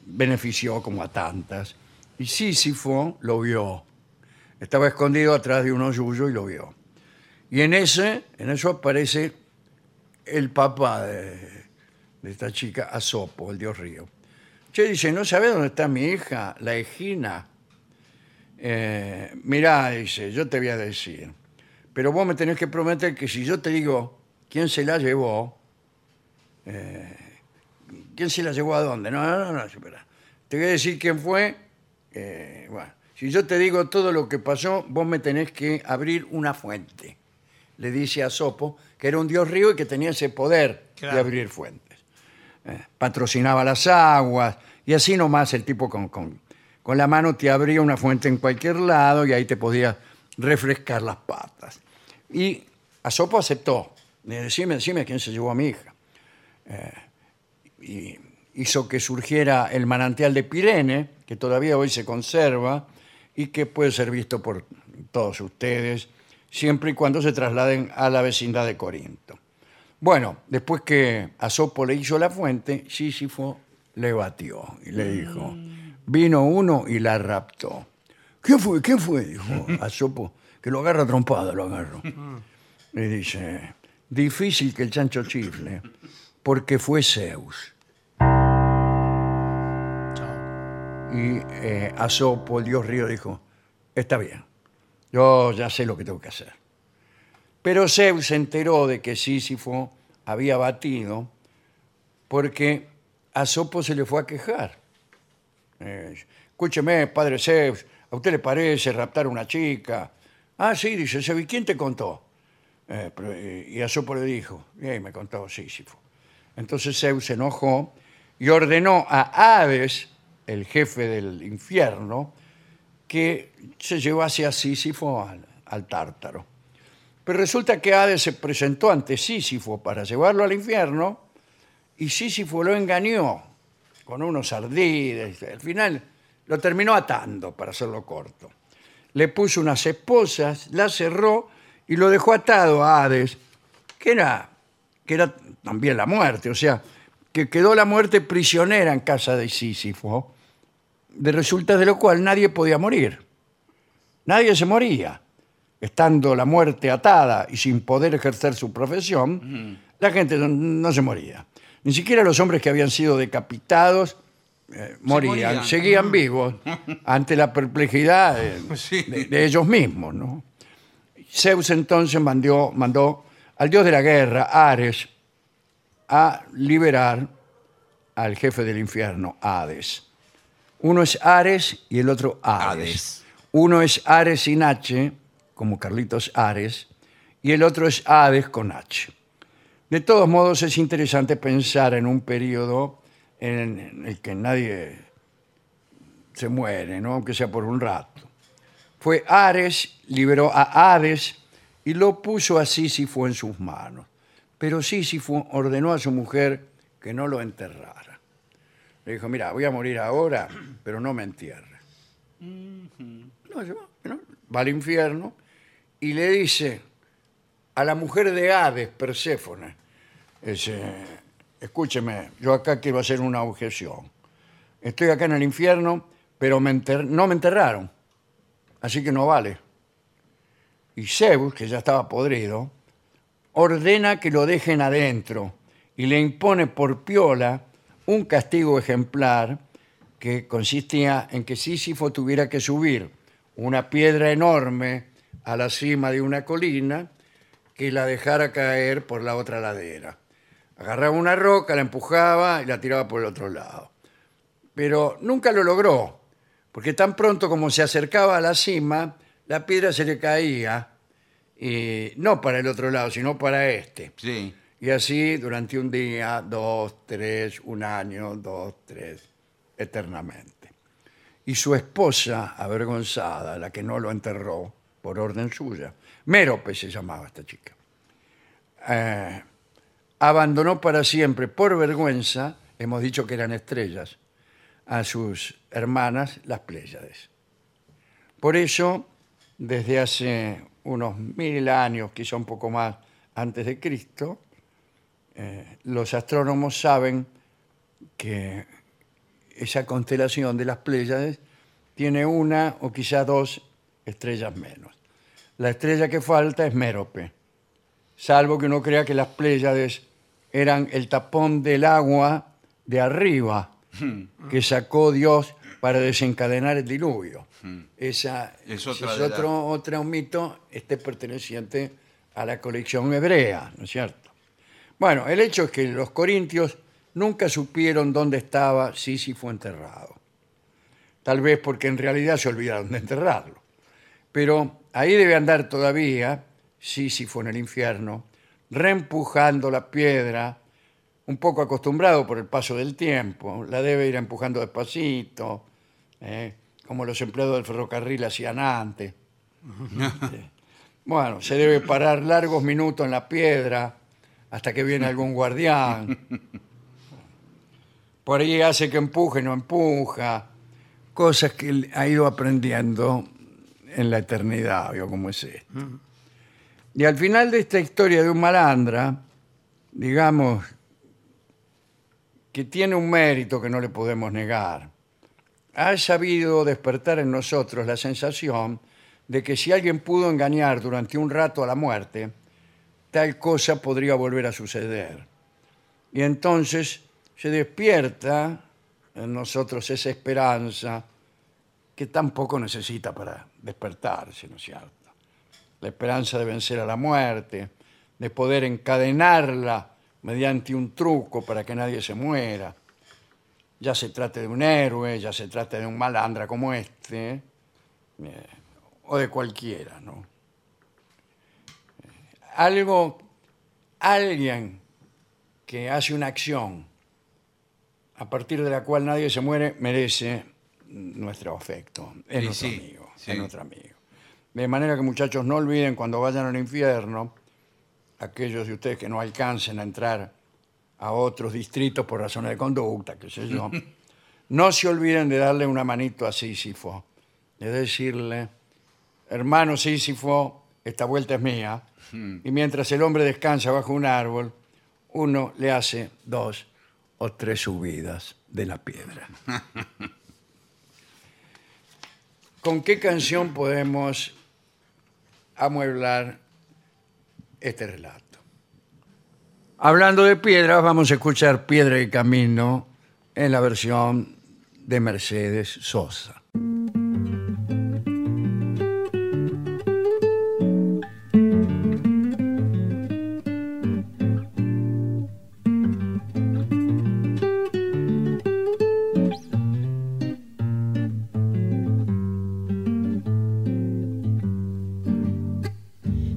benefició como a tantas. Y Sísifo lo vio. Estaba escondido atrás de unos yuyos y lo vio. Y en ese, en eso aparece el papá de, de esta chica, Asopo, el dios río. Che, dice, ¿no sabe dónde está mi hija, la Egina? Eh, mirá, dice, yo te voy a decir, pero vos me tenés que prometer que si yo te digo quién se la llevó, eh, quién se la llevó a dónde, no, no, no, no, espera. Te voy a decir quién fue, eh, bueno, si yo te digo todo lo que pasó, vos me tenés que abrir una fuente le dice a Sopo, que era un dios río y que tenía ese poder Claro. de abrir fuentes. Eh, patrocinaba las aguas y así nomás el tipo con, con, con la mano te abría una fuente en cualquier lado y ahí te podía refrescar las patas. Y a Sopo aceptó, le decime, decime quién se llevó a mi hija. Eh, y hizo que surgiera el manantial de Pirene, que todavía hoy se conserva y que puede ser visto por todos ustedes, siempre y cuando se trasladen a la vecindad de Corinto. Bueno, después que Asopo le hizo la fuente, Sísifo le batió y le dijo, vino uno y la raptó. ¿Quién fue? ¿Quién fue? Dijo Asopo, que lo agarra trompada, lo agarró. Y dice, difícil que el chancho chifle, porque fue Zeus. Chao. Y eh, Asopo, el dios río, dijo, está bien, yo ya sé lo que tengo que hacer. Pero Zeus se enteró de que Sísifo había batido porque a Sopo se le fue a quejar. Eh, Escúcheme, padre Zeus, ¿a usted le parece raptar a una chica? Ah, sí, dice Zeus, ¿y quién te contó? Eh, pero, eh, y a Sopo le dijo, y ahí me contó Sísifo. Entonces Zeus se enojó y ordenó a Hades, el jefe del infierno, que se llevase a Sísifo al, al tártaro. Pero resulta que Hades se presentó ante Sísifo para llevarlo al infierno y Sísifo lo engañó con unos ardides. Al final lo terminó atando, para hacerlo corto. Le puso unas esposas, la cerró y lo dejó atado a Hades, que era, que era también la muerte, o sea, que quedó la muerte prisionera en casa de Sísifo, de resultas de lo cual nadie podía morir. Nadie se moría. Estando la muerte atada y sin poder ejercer su profesión, la gente no, no se moría. Ni siquiera los hombres que habían sido decapitados eh, morían, morían. seguían vivos ante la perplejidad de, Sí. de- de ellos mismos. ¿no? Zeus entonces mandó, mandó al dios de la guerra, Ares, a liberar al jefe del infierno, Hades. Uno es Ares y el otro Hades. Hades. Uno es Ares sin H, como Carlitos Ares, y el otro es Hades con H. De todos modos, es interesante pensar en un periodo en el que nadie se muere, ¿no? aunque sea por un rato. Fue Ares, liberó a Hades y lo puso a Sísifo en sus manos. Pero Sísifo ordenó a su mujer que no lo enterrara. Le dijo, mira, voy a morir ahora, pero no me entierres. No, se va, ¿no? va al infierno y le dice a la mujer de Hades, Perséfone, dice, escúcheme, yo acá quiero hacer una objeción. Estoy acá en el infierno, pero me enter- no me enterraron, así que no vale. Y Zeus, que ya estaba podrido, ordena que lo dejen adentro y le impone por piola un castigo ejemplar que consistía en que Sísifo tuviera que subir una piedra enorme a la cima de una colina que la dejara caer por la otra ladera. Agarraba una roca, la empujaba y la tiraba por el otro lado. Pero nunca lo logró, porque tan pronto como se acercaba a la cima, la piedra se le caía, y no para el otro lado, sino para este. Sí. Y así durante un día, dos, tres, un año, dos, tres, eternamente. Y su esposa, avergonzada, la que no lo enterró por orden suya, Mérope se llamaba esta chica, eh, abandonó para siempre, por vergüenza, hemos dicho que eran estrellas, a sus hermanas las Pléyades. Por eso, desde hace unos mil años, quizá un poco más antes de Cristo, los astrónomos saben que esa constelación de las Pléyades tiene una o quizá dos estrellas menos. La estrella que falta es Mérope, salvo que uno crea que las Pléyades eran el tapón del agua de arriba Hmm. que sacó Dios para desencadenar el diluvio. Esa Hmm. Es ese otra es de la- otro, otro mito, este perteneciente a la colección hebrea, ¿no es cierto? Bueno, el hecho es que los corintios nunca supieron dónde estaba Sísifo enterrado. Tal vez porque en realidad se olvidaron de enterrarlo. Pero ahí debe andar todavía Sísifo en el infierno, reempujando la piedra, un poco acostumbrado por el paso del tiempo. La debe ir empujando despacito, ¿eh? como los empleados del ferrocarril hacían antes. Eh, Bueno, se debe parar largos minutos en la piedra hasta que viene algún guardián. Por ahí hace que empuje, no empuja. Cosas que él ha ido aprendiendo en la eternidad, vio cómo es esto. Y al final de esta historia de un malandra, digamos, que tiene un mérito que no le podemos negar ha sabido despertar en nosotros la sensación de que si alguien pudo engañar durante un rato a la muerte, tal cosa podría volver a suceder. Y entonces se despierta en nosotros esa esperanza que tampoco necesita para despertarse, ¿no es cierto? La esperanza de vencer a la muerte, de poder encadenarla mediante un truco para que nadie se muera. Ya se trate de un héroe, ya se trate de un malandra como este, eh, o de cualquiera, ¿no? Algo, alguien que hace una acción a partir de la cual nadie se muere merece nuestro afecto. Es Y nuestro sí, amigo. sí. Es nuestro amigo. De manera que, muchachos, no olviden cuando vayan al infierno, aquellos de ustedes que no alcancen a entrar a otros distritos por razones de conducta, qué sé yo, no se olviden de darle una manito a Sísifo, de decirle, hermano Sísifo, esta vuelta es mía, y mientras el hombre descansa bajo un árbol, uno le hace dos o tres subidas de la piedra. ¿Con qué canción podemos amueblar este relato? Hablando de piedras, vamos a escuchar Piedra y Camino en la versión de Mercedes Sosa.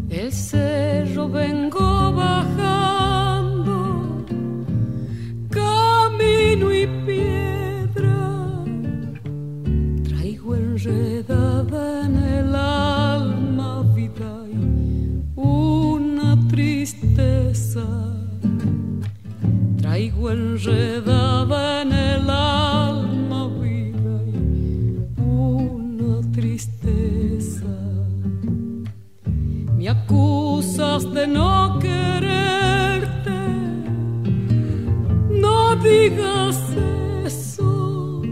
Del cerro vengo bajando, camino y piedra. Traigo enredada en el alma vida y una tristeza. Traigo enredada en el alma vida y una tristeza. Me acusas de no quererte. No digas eso.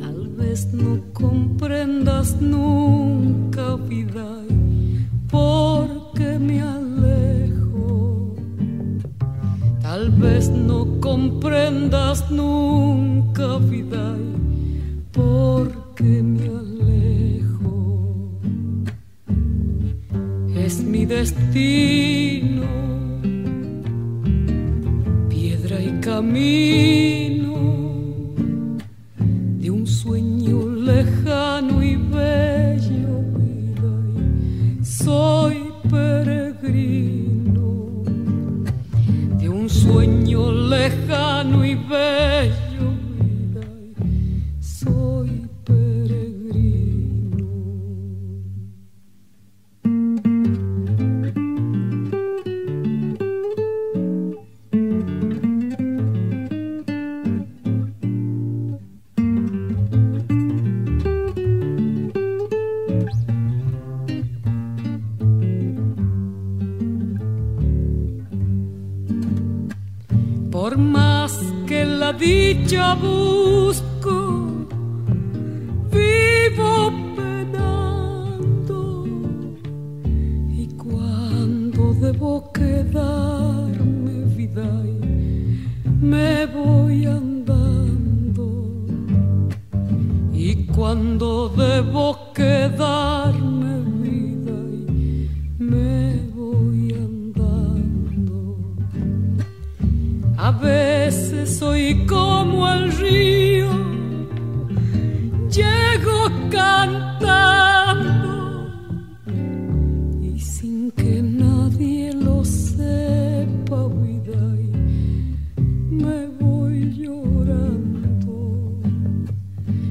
Tal vez no comprendas nunca, vida, porque me alejo. Tal vez no comprendas nunca, vida, porque me alejo es mi destino, piedra y camino de un sueño lejano y bello. vida, y Soy peregrino de un sueño lejano y bello. vida, y Soy peregrino. Por más que la dicha busco, vivo penando. Y cuando debo quedarme vida, me voy andando. Y cuando debo quedarme vida, me voy andando. A veces soy como el río, llego cantando y sin que nadie lo sepa, vida, y me voy llorando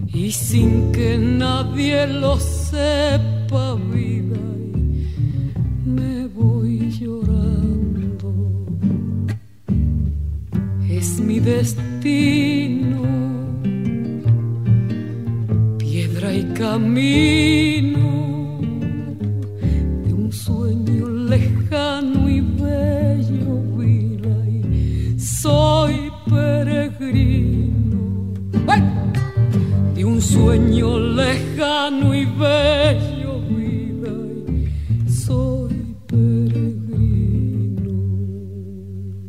y sin que nadie lo sepa, vida, y me voy llorando es mi destino. Piedra y camino de un sueño lejano y bello, vida, y soy peregrino. ¡Ay! De un sueño lejano y bello, vida, y soy peregrino.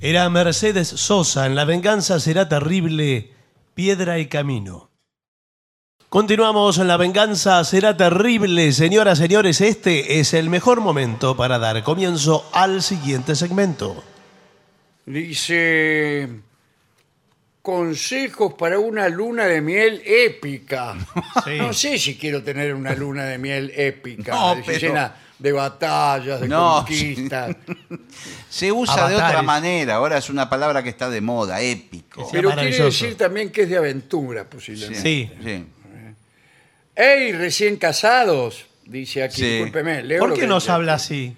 Era Mercedes Sosa en La venganza será terrible, piedra y camino. Continuamos en La Venganza Será Terrible. Señoras, señores, este es el mejor momento para dar comienzo al siguiente segmento. Dice, consejos para una luna de miel épica. Sí. No sé si quiero tener una luna de miel épica, No, dice, pero- llena de batallas, de No, conquistas. Se usa de otra Avatares. manera, ahora es una palabra que está de moda, épico. Sí. Pero quiere maravilloso. decir también que es de aventura, posiblemente. Sí. Sí. ¡Ey, recién casados! Dice aquí, Sí. discúlpeme. Leo ¿Por lo qué que nos dice. habla así?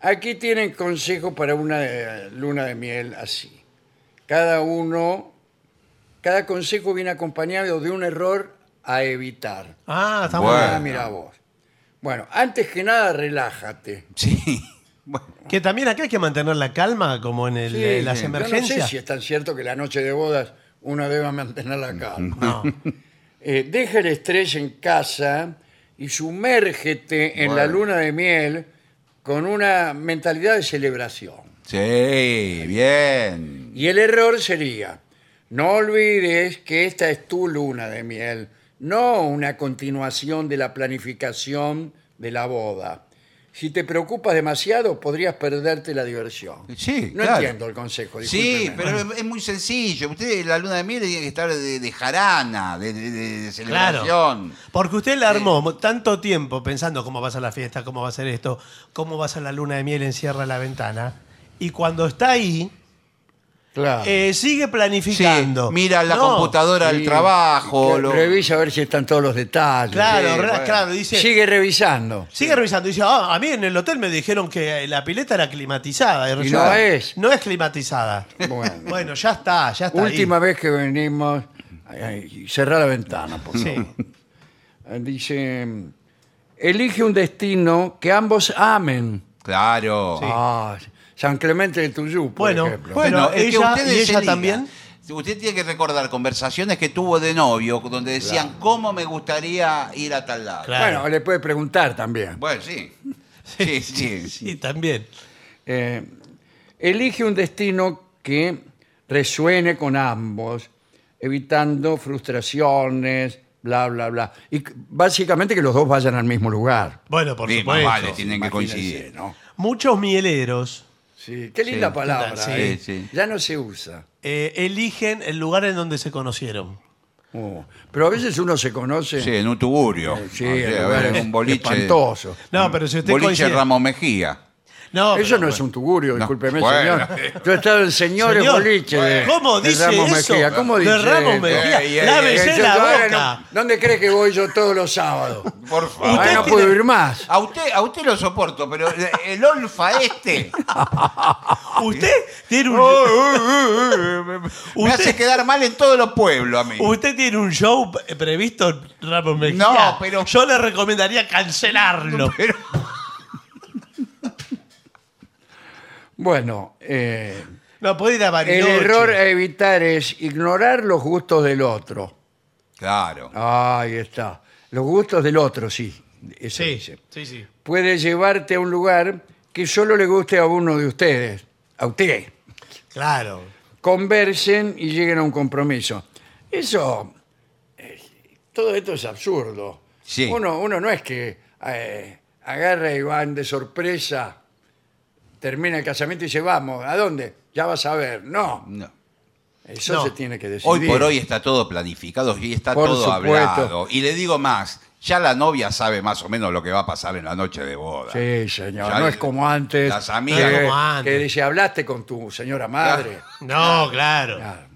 Aquí tienen consejos para una eh, luna de miel así. Cada uno, cada consejo viene acompañado de un error a evitar. Ah, está muy Bueno. Ah, mira vos. Bueno, antes que nada, relájate. Sí. Bueno, bien. Que también acá hay que mantener la calma, como en el- Sí, eh, las sí. Yo Yo emergencias. no sé si es tan cierto que la noche de bodas uno deba mantener la calma. No. Eh, deja el estrés en casa y sumérgete en Bueno. la luna de miel con una mentalidad de celebración. sí, bien. Y el error sería, no olvides que esta es tu luna de miel, no una continuación de la planificación de la boda. Si te preocupas demasiado, podrías perderte la diversión. Sí, no claro. entiendo el consejo. Sí, discúlpeme. pero es muy sencillo. Ustedes la luna de miel tiene que estar de, de jarana, de, de- de- de Claro. celebración. Porque usted la armó mo- tanto tiempo pensando cómo va a ser la fiesta, cómo va a ser esto, cómo va a ser la luna de miel, encierra la ventana. Y cuando está ahí, Claro. eh, sigue Sí, planificando. mira la No, computadora del Sí. trabajo. Que lo- Revisa a ver si están todos los detalles. Claro, Sí, re- bueno. claro, dice. Sigue, Sigue revisando. revisando. Dice, "Ah, a mí en el hotel me dijeron que eh, la pileta era climatizada. Y resulta- no es. No es climatizada. Bueno. Bueno, ya está, ya está. ahí. Última vez que venimos. Ay, ay, cerrá la ventana, por Sí. favor. Eh, Dice, elige un destino que ambos amen. Claro. Ah, San Clemente de Tuyú, por Bueno, ejemplo. bueno. Bueno, es ella- que ustedes ¿y ella elijan. también? Usted tiene que recordar conversaciones que tuvo de novio, donde decían, ¿cómo me gustaría ir a tal lado? Claro. Bueno, le puede preguntar también. Bueno, sí. Sí, sí, sí. Sí, también. Eh, elige un destino que resuene con ambos, evitando frustraciones, bla, bla, bla. Y c- básicamente que los dos vayan al mismo lugar. Bueno, por Sí, más supuesto. vale, tienen que Imagínense, coincidir. ¿no? Muchos mieleros Sí, qué linda Sí. palabra. Sí, ¿eh? sí. Ya no se usa. eh, eligen el lugar en donde se conocieron. Oh, Pero a veces uno se conoce. Sí, en un tugurio. sí, O sea, en a lugares ver, un boliche. espantoso. No, pero si usted Mm, boliche coincide- Ramos Mejía. No, Eso pero no bueno. es un tugurio, discúlpeme, Bueno. señor. Yo he estado en señores Señor, boliche. de- ¿Cómo de dice Ramos eso? Mejía, ¿Cómo De dice Ramos eso? Mejía. Ey, ey, Lávese Eh, yo- la yo ahora boca. no- ¿Dónde crees que voy yo todos los sábados? Por favor. Ah, no tiene- puedo ir más. A usted, a usted lo soporto, pero el olfa este Usted tiene un, me hace quedar mal en todos los pueblos a mí. usted tiene un show pre- previsto en Ramos Mejía. No, pero- Yo le recomendaría cancelarlo. Pero- Bueno, eh, No, puede ir a el Bariloche. error a evitar es ignorar los gustos del otro. Claro. Ahí está. Los gustos del otro, sí. Eso Sí, dice. sí, sí. Puede llevarte a un lugar que solo le guste a uno de ustedes. A usted. Claro. Conversen y lleguen a un compromiso. Eso. eh, todo esto es absurdo. Sí. Uno, uno no es que eh, agarra y van de sorpresa, termina el casamiento y dice, vamos, ¿a dónde? Ya vas a ver. No. No. Eso No. se tiene que decidir. Hoy por hoy está todo planificado y está Por todo supuesto. hablado. Y le digo más, ya la novia sabe más o menos lo que va a pasar en la noche de boda. Sí, señor. Ya no el- es como antes. eh, las amigas- que- Como antes. Que dice, hablaste con tu señora madre. No, claro. Claro.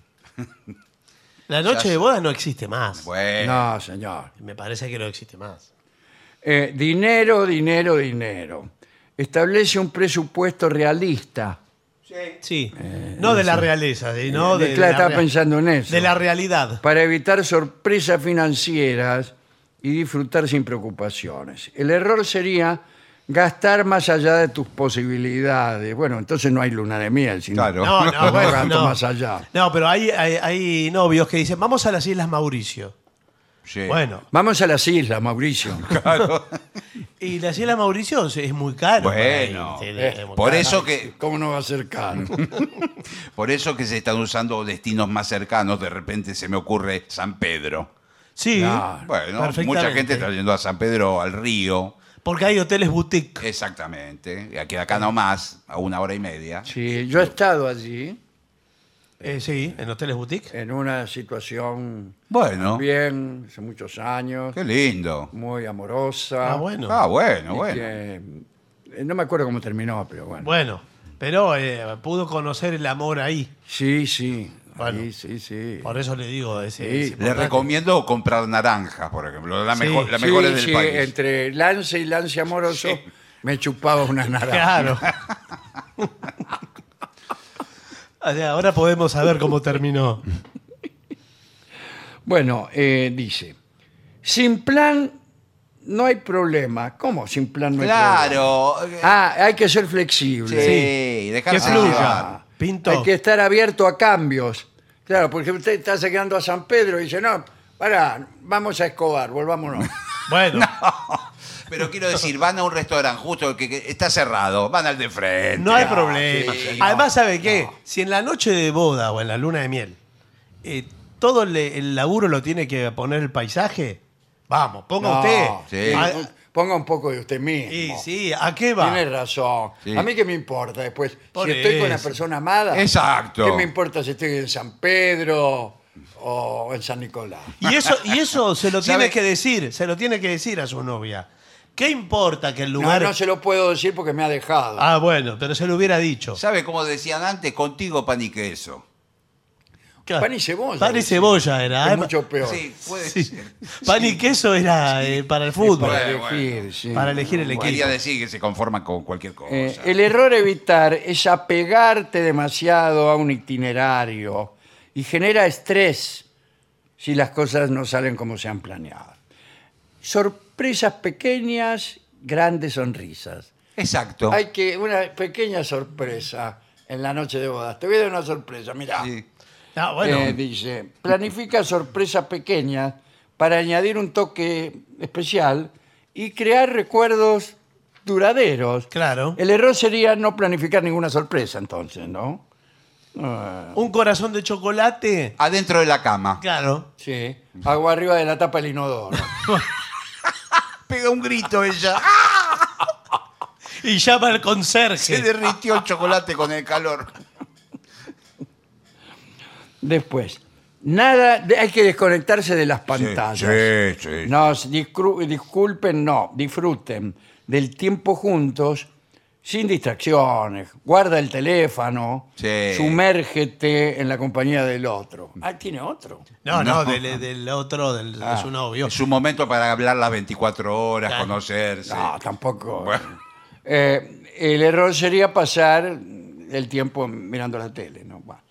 La noche de boda no existe más. Bueno, No, señor. Me parece que no existe más. Eh, dinero, dinero, dinero. Establece un presupuesto realista. Sí. no de la realeza, sino Eh, de, claro, la estaba rea- pensando en eso. De la realidad. Para evitar sorpresas financieras y disfrutar sin preocupaciones. El error sería gastar más allá de tus posibilidades. Bueno, entonces no hay luna de miel, sino Claro. No, no, No, bueno, tanto no. más allá. No, pero hay, hay, hay novios que dicen, vamos a las Islas Mauricio. sí. Bueno, Vamos a las islas, Mauricio. y las Islas Mauricio es muy caro. para Bueno. ir, sí, es muy Eh, por caro. eso que ¿Cómo no va a ser caro? por eso que se están usando destinos más cercanos, de repente se me ocurre San Pedro. Sí, Claro. Bueno, mucha perfectamente. gente está yendo a San Pedro, al río. Porque hay hoteles boutique. Exactamente. Y aquí acá nomás, a una hora y media. Sí, yo he estado allí Eh, sí, en hoteles boutique. en una situación Bueno, bien, hace muchos años, qué lindo. muy amorosa. Ah, bueno. Ah, bueno, y bueno. que, eh, no me acuerdo cómo terminó, pero bueno. Bueno, pero eh, pudo conocer el amor ahí. Sí, sí. Bueno. ahí, sí, sí. Por eso le digo Sí, ese. ese le Le portátil. recomiendo comprar naranjas, por ejemplo, las Sí, mejor, las Sí, mejores del sí, país. entre lance y lance amoroso Sí. me chupaba una naranja. Claro. O sea, ahora podemos saber cómo terminó. Bueno, eh, dice, sin plan no hay problema. ¿Cómo sin plan no hay problema? Claro. Ah, hay que ser sí, flexible. Ah. dejarse Que llevar. fluya. Pinto. Hay que estar abierto a cambios. Claro, porque usted está llegando a San Pedro y dice, no, para, vamos a Escobar, volvámonos. Bueno, Pero quiero decir, van a un restaurante justo que, que está cerrado, van al de frente. no hay Ah, problema. sí, no. Además, ¿sabe qué? Si en la noche de boda o en la luna de miel eh, todo le- el laburo lo tiene que poner el paisaje, vamos, ponga No, usted. sí. A- Ponga un poco de usted mismo. y sí, ¿a qué va? Tiene razón. Sí. A mí que me importa después. Por si estoy con la eso. persona amada. Exacto. ¿Qué me importa si estoy en San Pedro o en San Nicolás? Y eso, y eso se lo tiene ¿Sabe? que decir, se lo tiene que decir a su novia. ¿Qué importa que el No, lugar... no se lo puedo decir porque me ha dejado. Ah, bueno, pero se lo hubiera dicho. ¿Sabe cómo decían antes? Contigo pan y queso. Claro. Pan y cebolla. Pan y dice. cebolla era. Es ¿eh? mucho peor. Sí, puede Sí. ser. Pan y queso era eh, para el fútbol. Para Bueno, elegir, bueno. sí. Para elegir el equipo. Quería decir que se conforman con cualquier cosa. Eh, el error a evitar es apegarte demasiado a un itinerario y genera estrés si las cosas no salen como se han planeado. Sorpresas pequeñas, grandes sonrisas. Exacto. Hay que una pequeña sorpresa en la noche de bodas. Te voy a dar una sorpresa, mirá. Sí. Ah, bueno. Eh, dice, planifica sorpresas pequeñas para añadir un toque especial y crear recuerdos duraderos. Claro. El error sería no planificar ninguna sorpresa, entonces, ¿no? Ah, Un corazón de chocolate. Adentro de la cama. Claro. sí, agua arriba de la tapa del inodoro. Pega un grito ella. Y llama al Se conserje. derritió el chocolate con el calor. Después, nada, de- hay que desconectarse de las pantallas. sí, sí. Nos discru- disculpen, no, disfruten del tiempo juntos sin distracciones. Guarda el teléfono, Sí. sumérgete en la compañía del otro. Ah, tiene otro. No, no, No. del, del otro, del, de su novio. Es un momento para hablar las 24 horas, Claro. conocerse. No, tampoco. Bueno. Eh, el error sería pasar el tiempo mirando la tele. No, Bueno.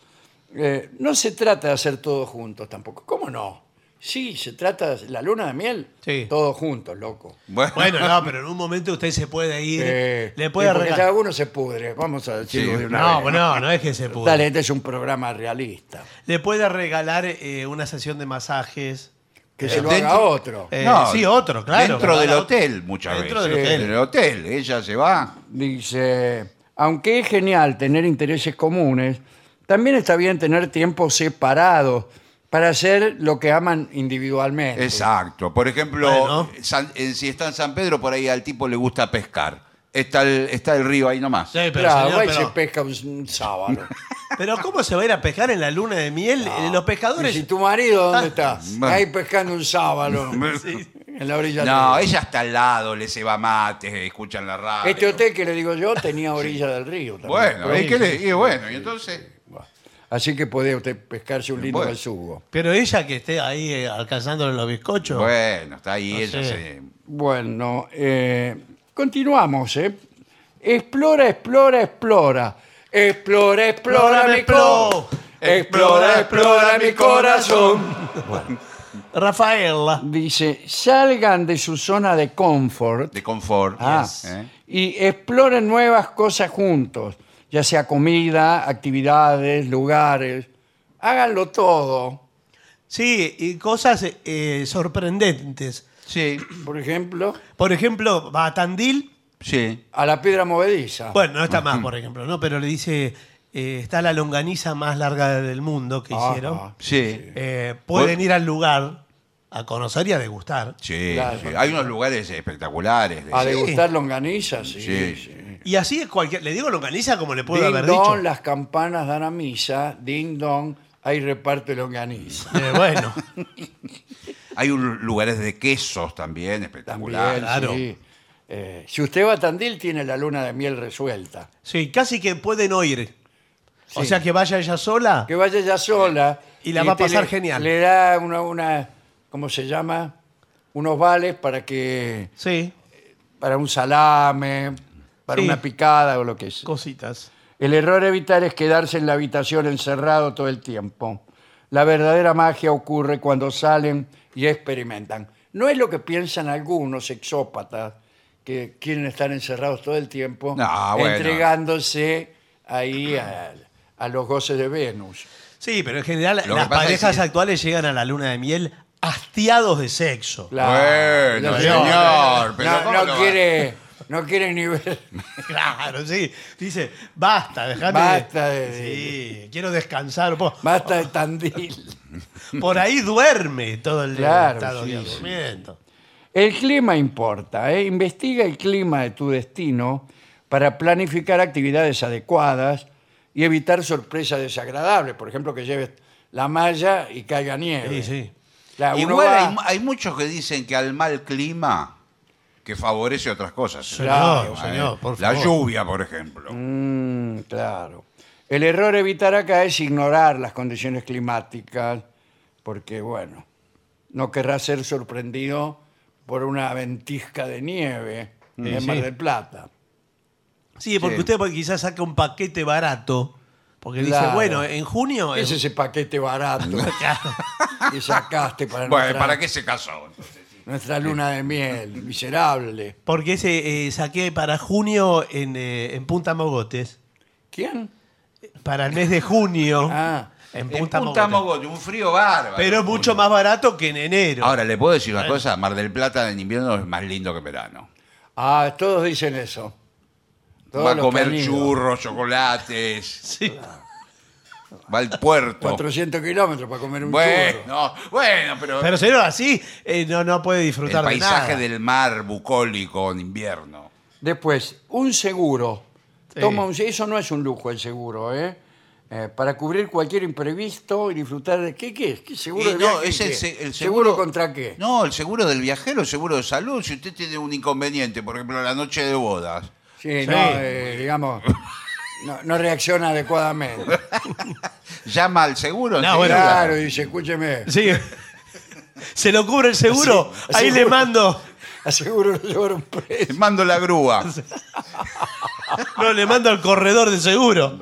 Eh, no se trata de hacer todo juntos tampoco. ¿Cómo no? Sí, se trata de la luna de miel. Sí. Todos juntos, loco. Bueno, Bueno, no, pero en un momento usted se puede ir. Eh, le sí, puede porque regalar. cada uno se pudre. Vamos a decirlo Sí. de una No, vez. no, no es que se puede. Dale, este es un programa realista. Le puede regalar eh, una sesión de masajes. Que Eh, se lo dentro- haga otro. Eh, sí, otro, claro. Dentro del Claro. hotel, muchas Dentro veces. del hotel. En el hotel. Ella se va. Dice, aunque es genial tener intereses comunes, también está bien tener tiempos separados para hacer lo que aman individualmente. Exacto. Por ejemplo, Bueno. San- en- si está en San Pedro, por ahí al tipo le gusta pescar. Está el, está el río ahí nomás. Sí, pero, Claro, señor, ahí pero- se pesca un, un sábado. pero ¿cómo se va a ir a pescar en la luna de miel? Eh, Los pescadores. Y si tu marido, ¿dónde Ah, está? bueno. Ahí pescando un sábado. Sí. En la orilla No, del río. ella está al lado, le se va mate, escuchan la radio. Este hotel que le digo yo tenía orilla del río. también. Bueno, Pero- ¿y, qué le- y bueno, y entonces. Así que podía usted pescarse un lindo Bueno. besugo. Pero ella que esté ahí eh, alcanzándole los bizcochos. Bueno, está ahí No ella. sé. se- Bueno, eh, continuamos, ¿eh? Explora, explora, explora. Explora, explora mi corazón. Explora, Explora, explora mi corazón. Rafaela. Dice, salgan de su zona de confort De confort. Ah, ¿eh? y exploren nuevas cosas juntos, ya sea comida, actividades, lugares. Háganlo todo. Sí, y cosas eh, sorprendentes. Sí, Por ejemplo, Por ejemplo, va a Tandil. sí. a la piedra movediza. Bueno, no está más, por ejemplo, ¿no? Pero le dice, eh, está la longaniza más larga del mundo que Ajá. Pues- hicieron. Sí. Eh, pueden Bueno. ir al lugar, a conocer y a degustar. Sí, Claro. Ah, sí. hay unos lugares espectaculares. de- A degustar longanizas. Sí, Sí, sí. Y así es cualquier. Le digo longaniza como le puedo Ding haber dicho. dong, las campanas dan a misa. Ding dong, hay reparto de longaniza. Eh, bueno, Hay un- lugares de quesos también espectaculares. También, claro. sí. Eh, si usted va a Tandil, tiene la luna de miel resuelta. sí, casi que pueden oír. O Sí. sea que vaya ella sola. Que vaya ya sola. Y la va a te pasar le- genial. Le da una, una, ¿cómo se llama? Unos vales para que, Sí, para un salame, para Sí. una picada o lo que sea. cositas. El error a evitar es quedarse en la habitación encerrado todo el tiempo. La verdadera magia ocurre cuando salen y experimentan. No es lo que piensan algunos exópatas que quieren estar encerrados todo el tiempo, No, bueno. entregándose ahí a, a los goces de Venus. Sí, pero en general Lo que las pasa parejas es que- actuales llegan a la luna de miel hastiados de sexo. Claro. Bueno, No, señor, pero no, ¿cómo no lo va- quiere, no quiere ni ver. Claro, sí. Dice, basta, dejame. Basta de- Sí, quiero descansar. po- Basta de Tandil. Por ahí duerme todo el día. Claro, estado sí, de sí. aburrimiento. El clima importa. ¿eh? Investiga el clima de tu destino para planificar actividades adecuadas y evitar sorpresas desagradables. Por ejemplo, que lleves la malla y caiga nieve. Sí, sí. Claro, Ah, uno Igual va- hay, hay muchos que dicen que al mal clima que favorece otras cosas. Señor, Ah, señor, eh. por La favor. lluvia, por ejemplo. Mm, claro. El error a evitar acá es ignorar las condiciones climáticas, porque, bueno, no querrás ser sorprendido por una ventisca de nieve en Sí, Mar sí. del Plata. Sí, porque Sí. usted porque quizás saca un paquete barato. Porque Claro. dice, bueno, en junio. ¿Qué es ese paquete barato Claro. que sacaste para Bueno, nuestra- ¿para qué se casó? Nuestra luna de miel, miserable. Porque ese eh, saqué para junio en, eh, en Punta Mogotes. ¿Quién? Para el mes de junio. Ah, en En Punta, Punta Mogotes. Mogote, un frío bárbaro. Pero es mucho más barato que en enero. Ahora, ¿le puedo decir una cosa? Mar del Plata en invierno es más lindo que en verano. Ah, todos dicen eso. Todos Va a los que han comer ido. churros, chocolates, Sí. va al puerto. 400 kilómetros para comer un churro. Bueno, bueno, pero, Pero señor, así eh, no, no puede el disfrutar de nada. paisaje del mar bucólico en invierno. Después, un seguro. Sí. Toma un- eso no es un lujo el seguro, ¿eh? Eh, para cubrir cualquier imprevisto y disfrutar de... ¿Qué, qué es? ¿Qué seguro Y de no, viaje, es el, qué? se- el seguro... contra qué? No, el seguro del viajero, el seguro de salud. Si usted tiene un inconveniente, por ejemplo, la noche de bodas. Sí, Sí. no, eh, digamos, no, no reacciona adecuadamente. Llama al seguro. No, enseguida. bueno. claro, dice, escúcheme, Sí. Se lo cubre el seguro. Sí, Ahí seguro. le mando. aseguro llevar un precio. Mando la grúa. No, le mando al corredor de seguro.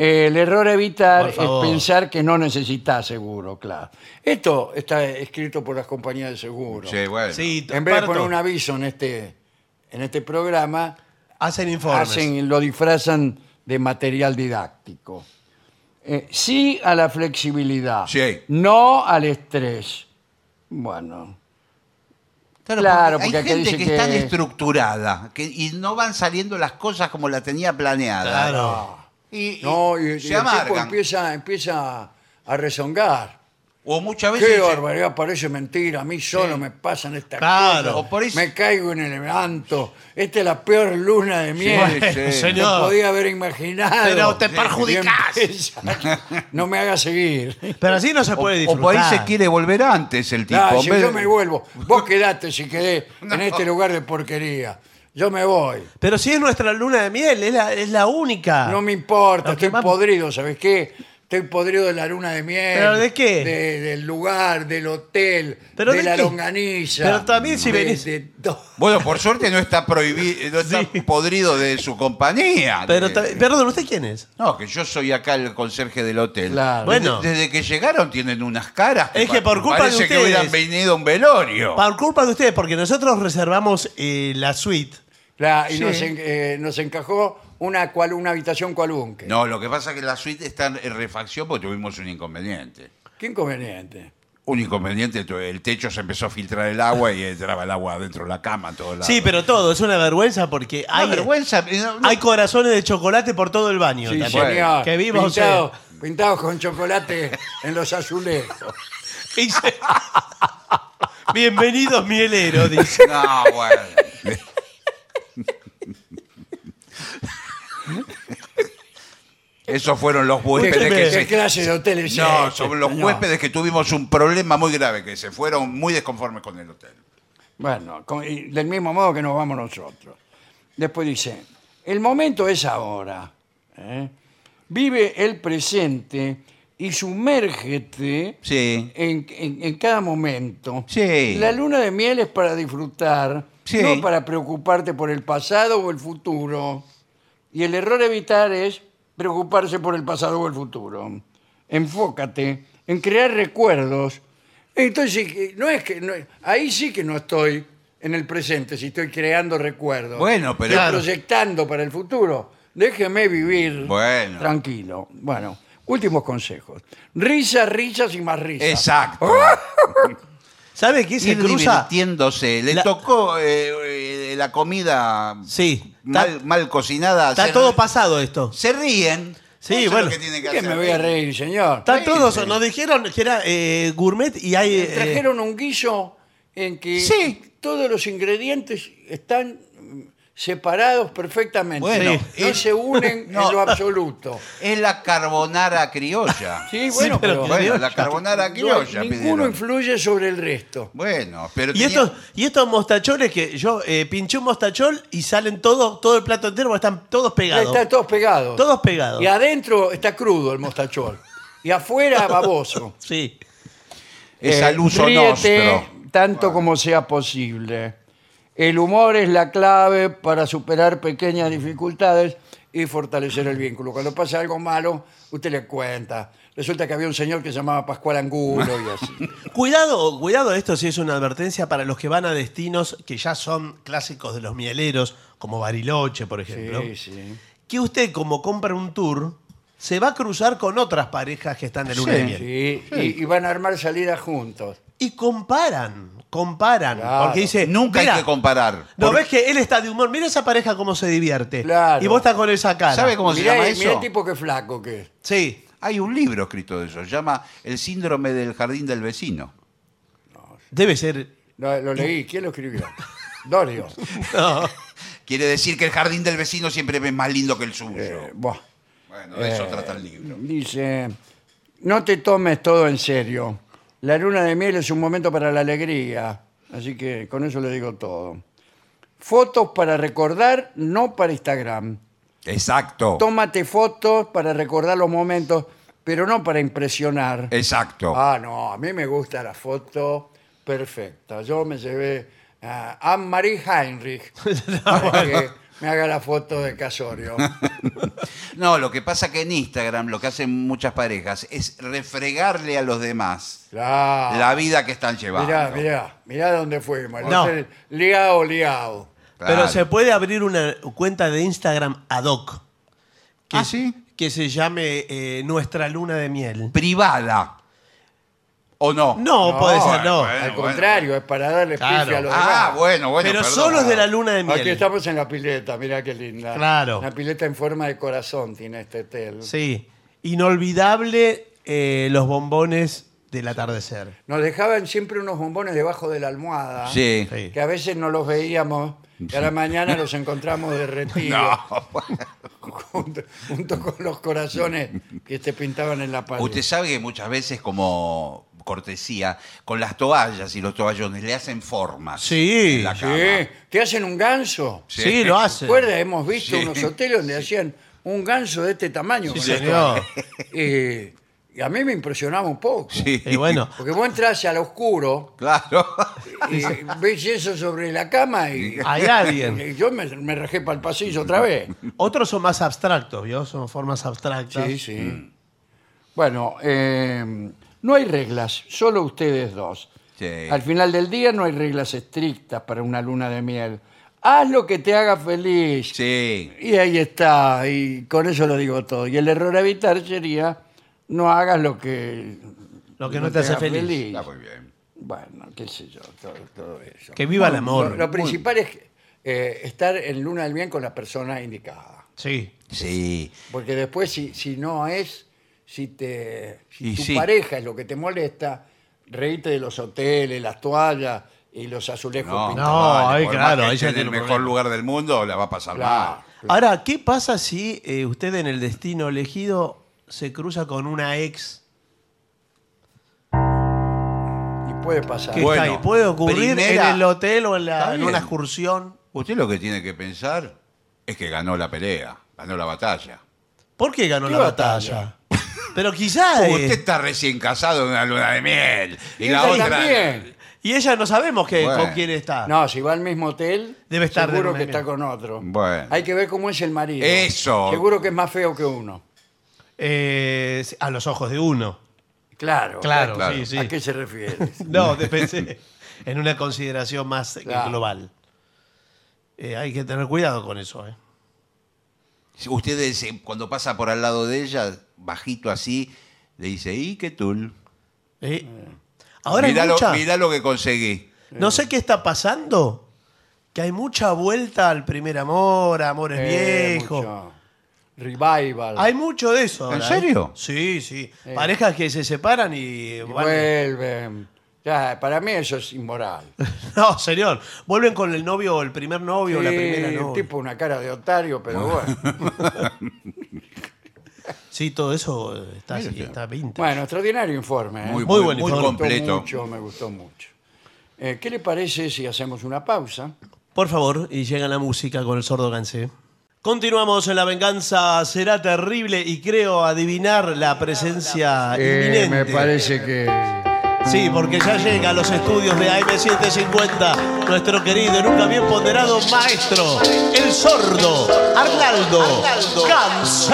Eh, El error a evitar Por es favor. pensar que no necesitas seguro, claro. Esto está escrito por las compañías de seguro. Sí, bueno. Sí, en vez de parto, poner un aviso en este, en este programa, hacen informes. hacen, lo disfrazan de material didáctico. Eh, sí a la flexibilidad. Sí. No al estrés. Bueno. Claro, porque, hay acá gente dice que, está estructurada que, y no van saliendo las cosas como la tenía planeada. Claro. Y, y No, y, y el se tipo amargan. empieza, empieza a rezongar. O muchas Pues veces. Qué se- barbaridad, parece mentira. A mí solo me pasan estas Claro. cosas. O por eso- Me caigo en el levanto. Esta es la peor luna de miel. Bueno, sí. que señor. podía haber imaginado. Pero te Y perjudicás. empieza, No me hagas seguir. Pero así no se o, puede o disfrutar. por ahí se quiere volver antes el tipo. Nah, en si vez yo de- me vuelvo. Vos quedate si quedé en este lugar de porquería. Yo me voy. Pero si es nuestra luna de miel, es la, es la única. No me importa, Ah. Lo que estoy más- podrido, ¿sabes qué? Estoy podrido de la luna de miel. ¿Pero de qué? de- del lugar, del hotel, ¿Pero de, de la qué? longaniza. Pero también si de- venís- de todo. Bueno, por suerte no está prohibido, no está podrido de su compañía. Pero, De- ta- perdón, ¿usted quién es? No, que yo soy acá el conserje del hotel. Claro. Bueno. Desde, desde que llegaron tienen unas caras. Es que por pa- culpa de parece que ustedes. hubieran venido a un velorio. Por culpa de ustedes, porque nosotros reservamos eh, la suite. La- y Sí. nos, en- eh, nos encajó una, cual, una habitación cualunque. No, lo que pasa es que la suite está en refacción porque tuvimos un inconveniente. Qué inconveniente. Un inconveniente, tu- el techo se empezó a filtrar el agua y entraba el agua dentro de la cama, todo el Sí, pero todo, es una vergüenza porque hay, vergüenza. eh, no, no. hay corazones de chocolate por todo el baño. Sí, también. señor. Que vimos Pintado- pintados con chocolate en los azulejos. Y se- Bienvenidos mieleros, dice. No, bueno. Esos fueron los huéspedes que ¿Qué se... clase de hotel es No, este? sobre los No. huéspedes que tuvimos un problema muy grave, que se fueron muy desconformes con el hotel. Bueno, con- y del mismo modo que nos vamos nosotros. Después dice, el momento es ahora. ¿eh? Vive el presente y sumérgete Sí. en, en- en cada momento. Sí. La luna de miel es para disfrutar, Sí. no para preocuparte por el pasado o el futuro. Y el error a evitar es preocuparse por el pasado o el futuro. Enfócate en crear recuerdos. Entonces, que- no es que no es- ahí sí que no estoy en el presente, si estoy creando recuerdos. Bueno, pero- Estoy Claro. proyectando para el futuro. Déjeme vivir Bueno. tranquilo. Bueno, últimos consejos. Risas, risas y más risas. Exacto. ¿Sabe qué Ah, se Ir cruza? divirtiéndose. Le La- tocó eh, eh, la comida Sí. mal, Está, mal cocinada. está Se- todo pasado esto. Se ríen. Sí, Eso es lo bueno. que tienen que ¿Qué hacer. me voy a reír, señor? Están Sí, todos. sí. Nos dijeron que era eh, gourmet y hay. eh, Trajeron un guiso en que Sí. todos los ingredientes están mm, separados perfectamente. Bueno, no eh, se unen no. en lo absoluto. Es la carbonara criolla. Sí, bueno, pero pero, Bueno, la carbonara no, criolla. ninguno pidieron. influye sobre el resto. Bueno, pero y, tenía- estos, y estos mostacholes que yo eh, pinché un mostachol y salen todo, todo el plato entero, porque están todos pegados. Están todos pegados. Todos pegados. Y adentro está crudo el mostachol. Y afuera baboso. Sí. es Eh, al uso ríete nostro. Tanto como sea posible. El humor es la clave para superar pequeñas dificultades y fortalecer el vínculo. Cuando pasa algo malo, usted le cuenta. Resulta que había un señor que se llamaba Pascual Angulo y así. Cuidado, cuidado, esto sí es una advertencia para los que van a destinos que ya son clásicos de los mieleros, como Bariloche, por ejemplo. Sí, sí. Que usted, como compra un tour, se va a cruzar con otras parejas que están de luna de Sí. miel. Sí, Y, y van a armar salidas juntos. Y comparan, comparan. Claro. Porque dice. Nunca "Mira, hay que comparar. No Por- ves que él está de humor. Mira esa pareja cómo se divierte. Claro. Y vos estás con esa cara. ¿Sabe cómo se Mirá, llama eh, mirá el eso? tipo que flaco que es. Sí. Hay un libro escrito de eso. Se llama El síndrome del jardín del vecino. Debe ser. Lo, lo leí. ¿Quién lo escribió? Dorio. No. Quiere decir que el jardín del vecino siempre es más lindo que el suyo. Eh, buah. bueno, de eso trata el libro. Dice, no te tomes todo en serio. La luna de miel es un momento para la alegría. Así que con eso le digo todo. Fotos para recordar, no para Instagram. Exacto. Tómate fotos para recordar los momentos, pero no para impresionar. Exacto. Ah, no, a mí me gusta la foto perfecta. Yo me llevé a Anne-Marie Heinrich para que me haga la foto de Casorio. No, lo que pasa que en Instagram lo que hacen muchas parejas es refregarle a los demás Claro. la vida que están llevando. Ah. Mirá, mirá, mirá dónde fuimos. El No. hotel Liao Liao. Claro. Pero se puede abrir una cuenta de Instagram ad hoc. ¿Ah, sí? Que se llame eh, Nuestra Luna de Miel. Privada. ¿O no? No, No, puede ser, no. bueno. Al contrario, es para darle Claro. pique a los Ah, demás. bueno, bueno. Pero perdón. solo es de la Luna de Miel. Aquí estamos en la pileta, mirá qué linda. Claro. Una pileta en forma de corazón tiene este hotel. Sí. Inolvidable eh, los bombones del atardecer. Nos dejaban siempre unos bombones debajo de la almohada. Sí. Sí. Que a veces no los veíamos. Y a la mañana los encontramos derretidos. No. Junto, junto con los corazones que te pintaban en la pared. Usted sabe que muchas veces como cortesía, con las toallas y los toallones le hacen formas. Sí, en la sí. cama. Sí, ¿Te hacen un ganso? Sí, Sí. lo hace. Recuerda, hemos visto Sí. unos hoteles donde hacían un ganso de este tamaño. Sí, con la señor. toalla. Eh, Y, a mí me impresionaba un poco. Sí. Y bueno, Porque vos entras al oscuro Claro. y ves eso sobre la cama y, hay alguien. y yo me, me rajé para el pasillo otra vez. Otros son más abstractos, ¿vio? Son formas abstractas. Sí, sí. Bueno, eh, no hay reglas, solo ustedes dos. Sí. Al final del día no hay reglas estrictas para una luna de miel. Haz lo que te haga feliz. Sí. Y ahí está, y con eso lo digo todo. Y el error a evitar sería no hagas lo que... Lo que no te hace haga feliz. Está muy bien. Bueno, qué sé yo, todo, todo eso. Que viva el amor. Lo, lo principal es eh, estar en luna del bien con la persona indicada. Sí. Sí. Porque después si, si no es, si, te, si Y tu sí. pareja es lo que te molesta, reíste de los hoteles, las toallas y los azulejos No, pintados. No, ahí, por claro, más que ahí esté ya en el tiene un mejor problema. lugar del mundo la va a pasar Claro. mal. Ahora, ¿qué pasa si eh, usted en el destino elegido se cruza con una ex? Y puede pasar. que Bueno, está ahí? ¿Puede ocurrir primera- en el hotel o en, la- Está en bien. una excursión? Usted lo que tiene que pensar es que ganó la pelea, ganó la batalla. ¿Por qué ganó ¿Qué la batalla? Pero quizás... eh, Usted está recién casado en una luna de miel. Y, Y la ella otra. también. Y ella no sabemos que, Bueno. con quién está. Ah. No, si va al mismo hotel, Debe estar seguro de- que está con otro. Bueno. Hay que ver cómo es el marido. Eso. Seguro que es más feo que uno. Eh, a los ojos de uno. Claro. Claro, claro. sí, sí. ¿A qué se refiere? No, te pensé en una consideración más eh, Claro. global. Eh, hay que tener cuidado con eso. eh. Usted dice, cuando pasa por al lado de ella, bajito así, le dice, ¿y qué tul? Eh, Ahora hay mirá, lo, mucha- mirá lo que conseguí. No sé qué está pasando. Que hay mucha vuelta al primer amor, a amores Eh, viejos. mucho. Revival. Hay mucho de eso. ¿En ahora, ¿eh? serio? Sí, sí. Parejas que se separan y... eh, Y van- vuelven. Ya, para mí eso es inmoral. No, señor. Vuelven con el novio o el primer novio o la Sí, primera un novia. tipo una cara de otario, pero bueno. Sí, todo eso eh, está, así, usted. está vintage. Bueno, extraordinario informe. ¿eh? Muy, Muy muy, buen muy informe. Me gustó completo. mucho, me gustó mucho. Eh, ¿Qué le parece si hacemos una pausa? Por favor, y llega la música con el sordo Gansé. Continuamos en La Venganza Será Terrible y creo adivinar la presencia Eh, inminente. que... Sí, porque ya llega a los estudios de AM750 nuestro querido y nunca bien ponderado maestro, el sordo Arnaldo Gansé.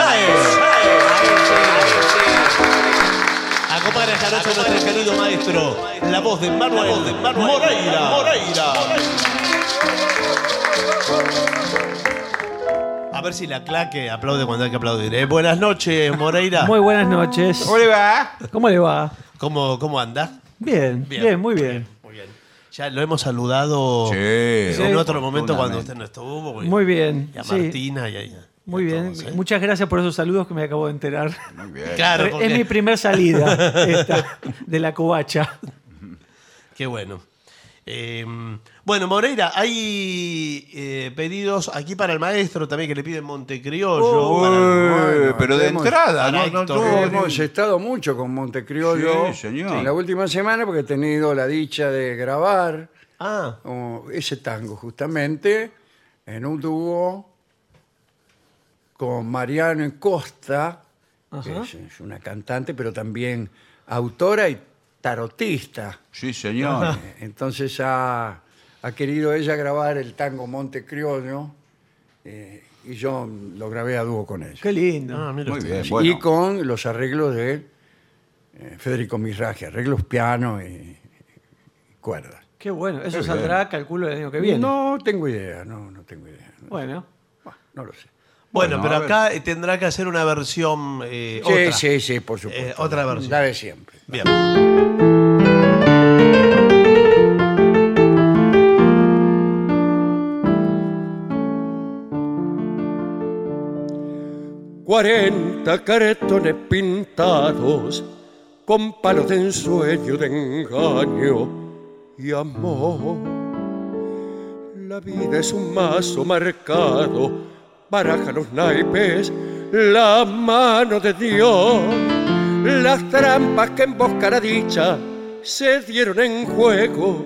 Acompaña esta noche nuestro querido maestro, la voz de Manuel, Moreira. A ver si la claque aplaude cuando hay que aplaudir. ¿eh? Buenas noches, Moreira. Muy buenas noches. ¿Cómo le va? ¿Cómo le va? ¿Cómo, cómo andas? Bien, Bien. bien, muy bien. Muy bien. Ya lo hemos saludado Sí. en otro momento oportunamente. cuando usted no estuvo. y- Muy bien, Y a sí. Martina y a- y a. Muy a bien. todos, ¿eh? Ah, Muchas gracias por esos saludos que me acabo de enterar. Muy bien. Claro, porque- Es mi primer salida esta, de la covacha. qué bueno. Eh, bueno, Moreira, hay eh, pedidos aquí para el maestro también que le piden Montecriollo. Eh, para- pero de tenemos- entrada, para no, no Héctor, tuvo- Hemos estado mucho con Montecriollo Sí, señor. en la última semana porque he tenido la dicha de grabar Ah, oh, ese tango justamente en un dúo con Mariano Costa, que es, es una cantante, pero también autora y tarotista. Eh, Sí, señor. Entonces ha, ha querido ella grabar el tango Montecriollo eh, y yo lo grabé a dúo con ella. Qué lindo. ah, mira Muy usted. bien, Eh, bueno. y con los arreglos de eh, Federico Mirraje, arreglos piano y, y cuerdas. Qué bueno. Eso Qué saldrá, calculo, el año que viene. No tengo idea, no, no tengo idea. No, Bueno. Bueno, no lo sé. Bueno, Bueno, pero a ver. acá eh, tendrá que hacer una versión. eh, Sí, otra. sí, sí, por supuesto. Eh, otra versión. La de siempre. Bien. Cuarenta caretones pintados con palos de ensueño, de engaño y amor. La vida es un mazo marcado, baraja los naipes, la mano de Dios. Las trampas que emboscará dicha se dieron en juego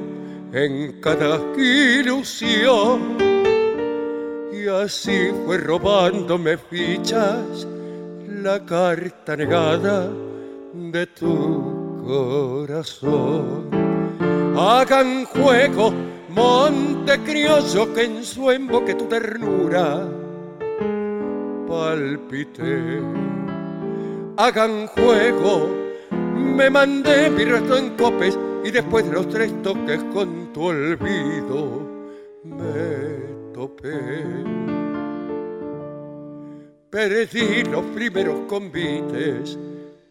en cada ilusión. Y así fue robándome fichas la carta negada de tu corazón. Hagan juego, monte crioso, que en su emboque tu ternura palpité. Hagan juego, me mandé mi resto en copes y después de los tres toques con tu olvido me topé. Perdí los primeros convites,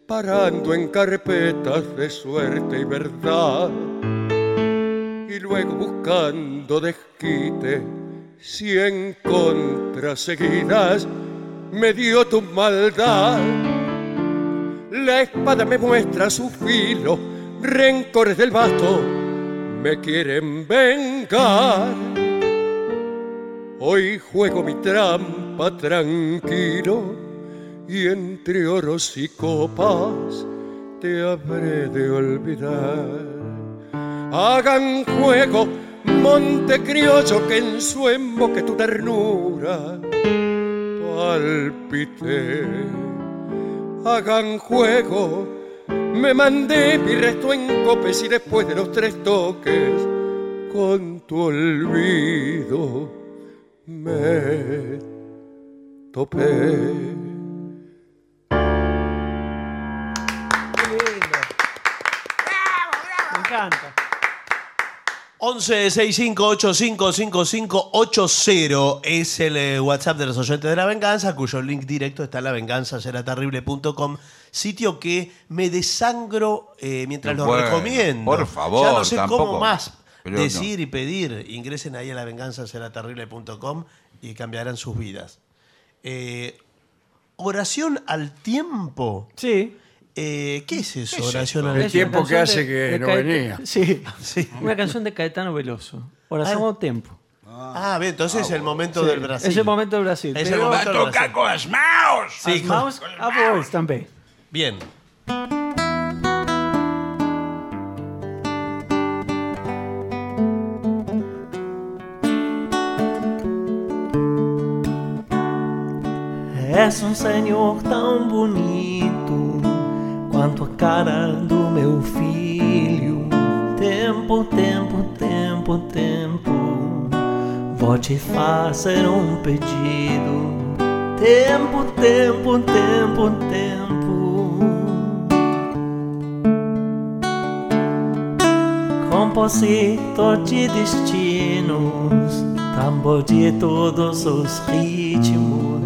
parando en carpetas de suerte y verdad. Y luego buscando desquite, cien contras seguidas, me dio tu maldad. La espada me muestra su filo, rencores del vasto me quieren vengar. Hoy juego mi trampa tranquilo y entre oros y copas te habré de olvidar. Hagan juego, monte criollo, que en su emboque tu ternura palpite hagan juego. Me mandé mi resto en copes y después de los tres toques, con tu olvido me topé. Me encanta. 11 80 es el eh, WhatsApp de los oyentes de la venganza, cuyo link directo está en lavenganzaseraterrible.com, sitio que me desangro eh, mientras lo Bueno, recomiendo. por favor, Ya no sé cómo tampoco. más Pero decir y pedir. Ingresen ahí a lavenganzaseraterrible.com y cambiarán sus vidas. Eh, oración al tiempo. Sí. Eh, ¿Qué es eso, oración al El Es Ah, tiempo? tiempo una que canción hace que no Caet- venía. Sí. Sí. Una canción de Caetano Veloso. Ah. Oración al tiempo. Ah, bien, entonces es el momento del Brasil. Es el momento del Brasil. Es el Pero- momento- ¡Va a tocar con las manos! Sí, As mãos a voz também. Bien. És um senhor tão bonito quanto a cara do meu filho. Tempo, tempo, tempo, tempo. Vou te fazer um pedido. Tempo, tempo, tempo, tempo. Composito de destinos, tambor de todos os ritmos.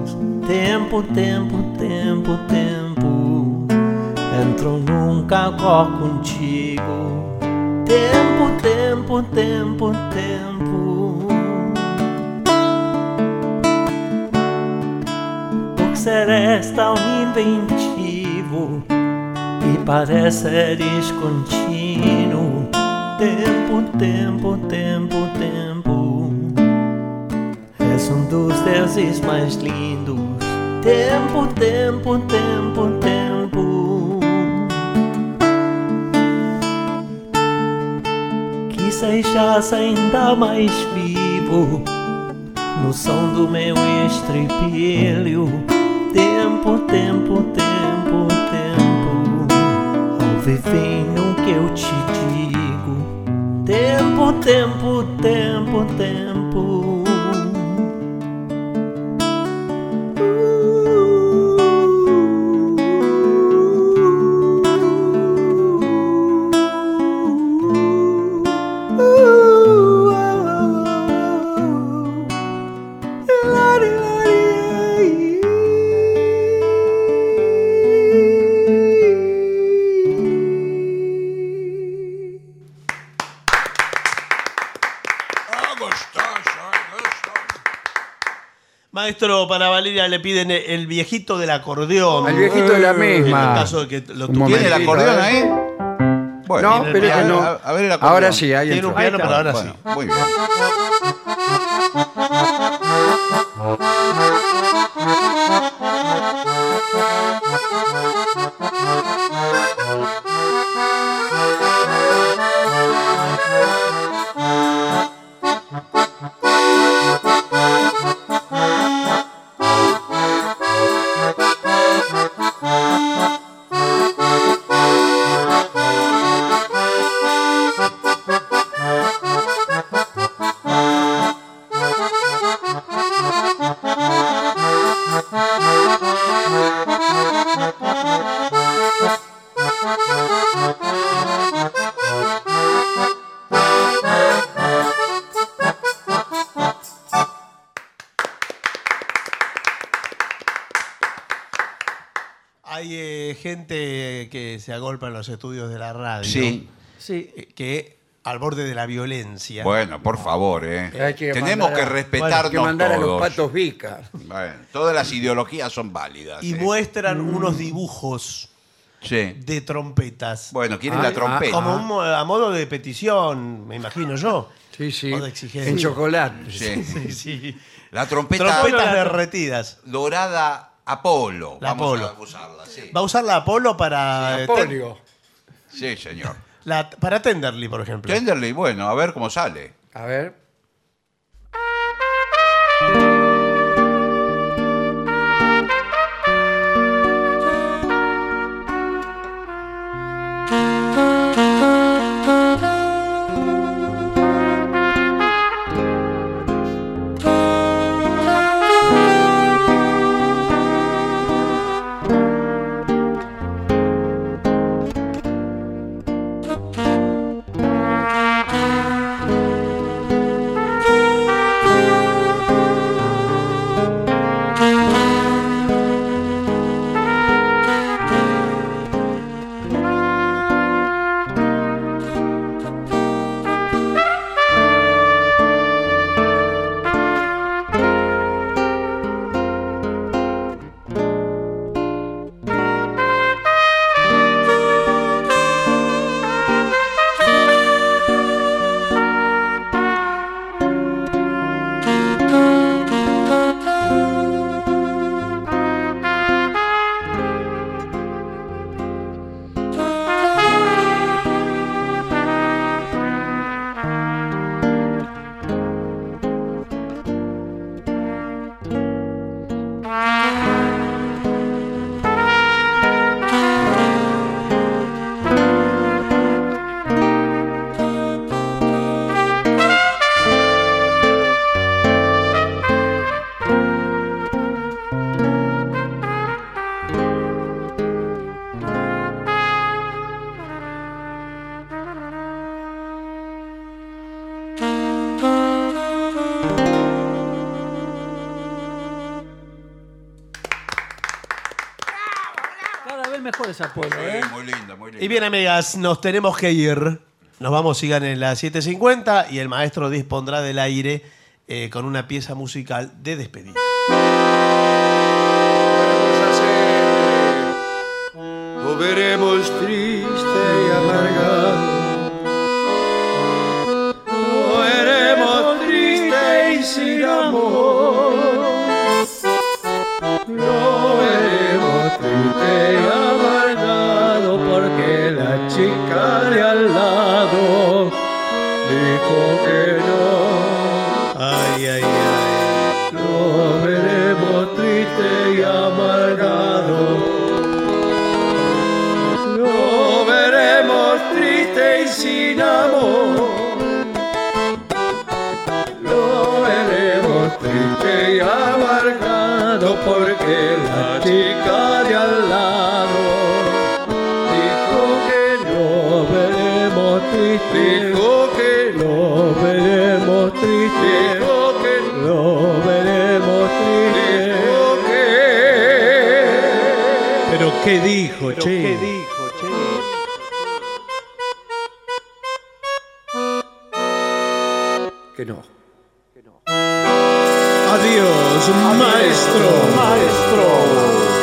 Tempo, tempo, tempo, tempo. Entro nunca cor contigo. Tempo, tempo, tempo, tempo. Por ser tão inventivo e pareceres contínuo. Tempo, tempo, tempo, tempo. És um dos deuses mais lindos. Tempo, tempo, tempo, tempo. Que sejas ainda mais vivo no som do meu estripilho. Tempo, tempo, tempo, tempo, ouve bem no que eu te digo. Tempo, tempo, tempo, tempo. Uh, uh. ¡Ah, gustoso, gustoso! Maestro, para Valeria le piden el viejito del acordeón. Eh, Al viejito de la en el misma. caso de que lo Un tuviera. ¿Tiene el momentito, acordeón a ver. ahí? No, pero a, ya no. A, a ver el acordeón. Ahora sí, ahí Tiene entró. un piano, pero ahora Bueno, sí. muy bien. Hay eh, gente que se agolpa en los estudios de la radio. Sí. Sí, eh, Que al borde de la violencia. Bueno, por favor, ¿eh? Hay que Tenemos mandar a- que respetarnos Hay que mandar a los todos. patos vica. Bueno, todas las ideologías son válidas. y ¿eh? Mm. muestran unos dibujos Sí. de trompetas. Bueno, ¿quién es Ah, la ah, trompeta? Como un mo- a modo de petición, me imagino yo. Sí, sí. O de exigencia. En chocolate. Sí. Sí, sí. La trompeta Trompetas derretidas. dorada Apolo. La Vamos a Apolo. usarla, sí. Va a usar la Apolo para. eh, ten- Polio. Sí, señor. la- para Tenderly, por ejemplo. Tenderly, bueno, a ver cómo sale. A ver. Cada vez mejor esa pueblo, ¿eh? Sí, muy lindo, muy lindo. Y bien, amigas, nos tenemos que ir. Nos vamos, sigan en las 7.50 y el maestro dispondrá del aire eh, con una pieza musical de despedida. o veremos triste y amargado. O veremos triste y sin amor. Lo veremos triste y amargado porque la chica de al lado dijo que no. Ay, ay, ay. Lo veremos triste y amargado. Lo veremos triste y sin amor. Lo veremos triste y amargado porque la chica de al lado dijo que lo veremos triste. Dijo que lo veremos triste. Dijo que lo veremos triste. Dijo que. Pero qué dijo, che. que no. Adiós, maestro. Maestro.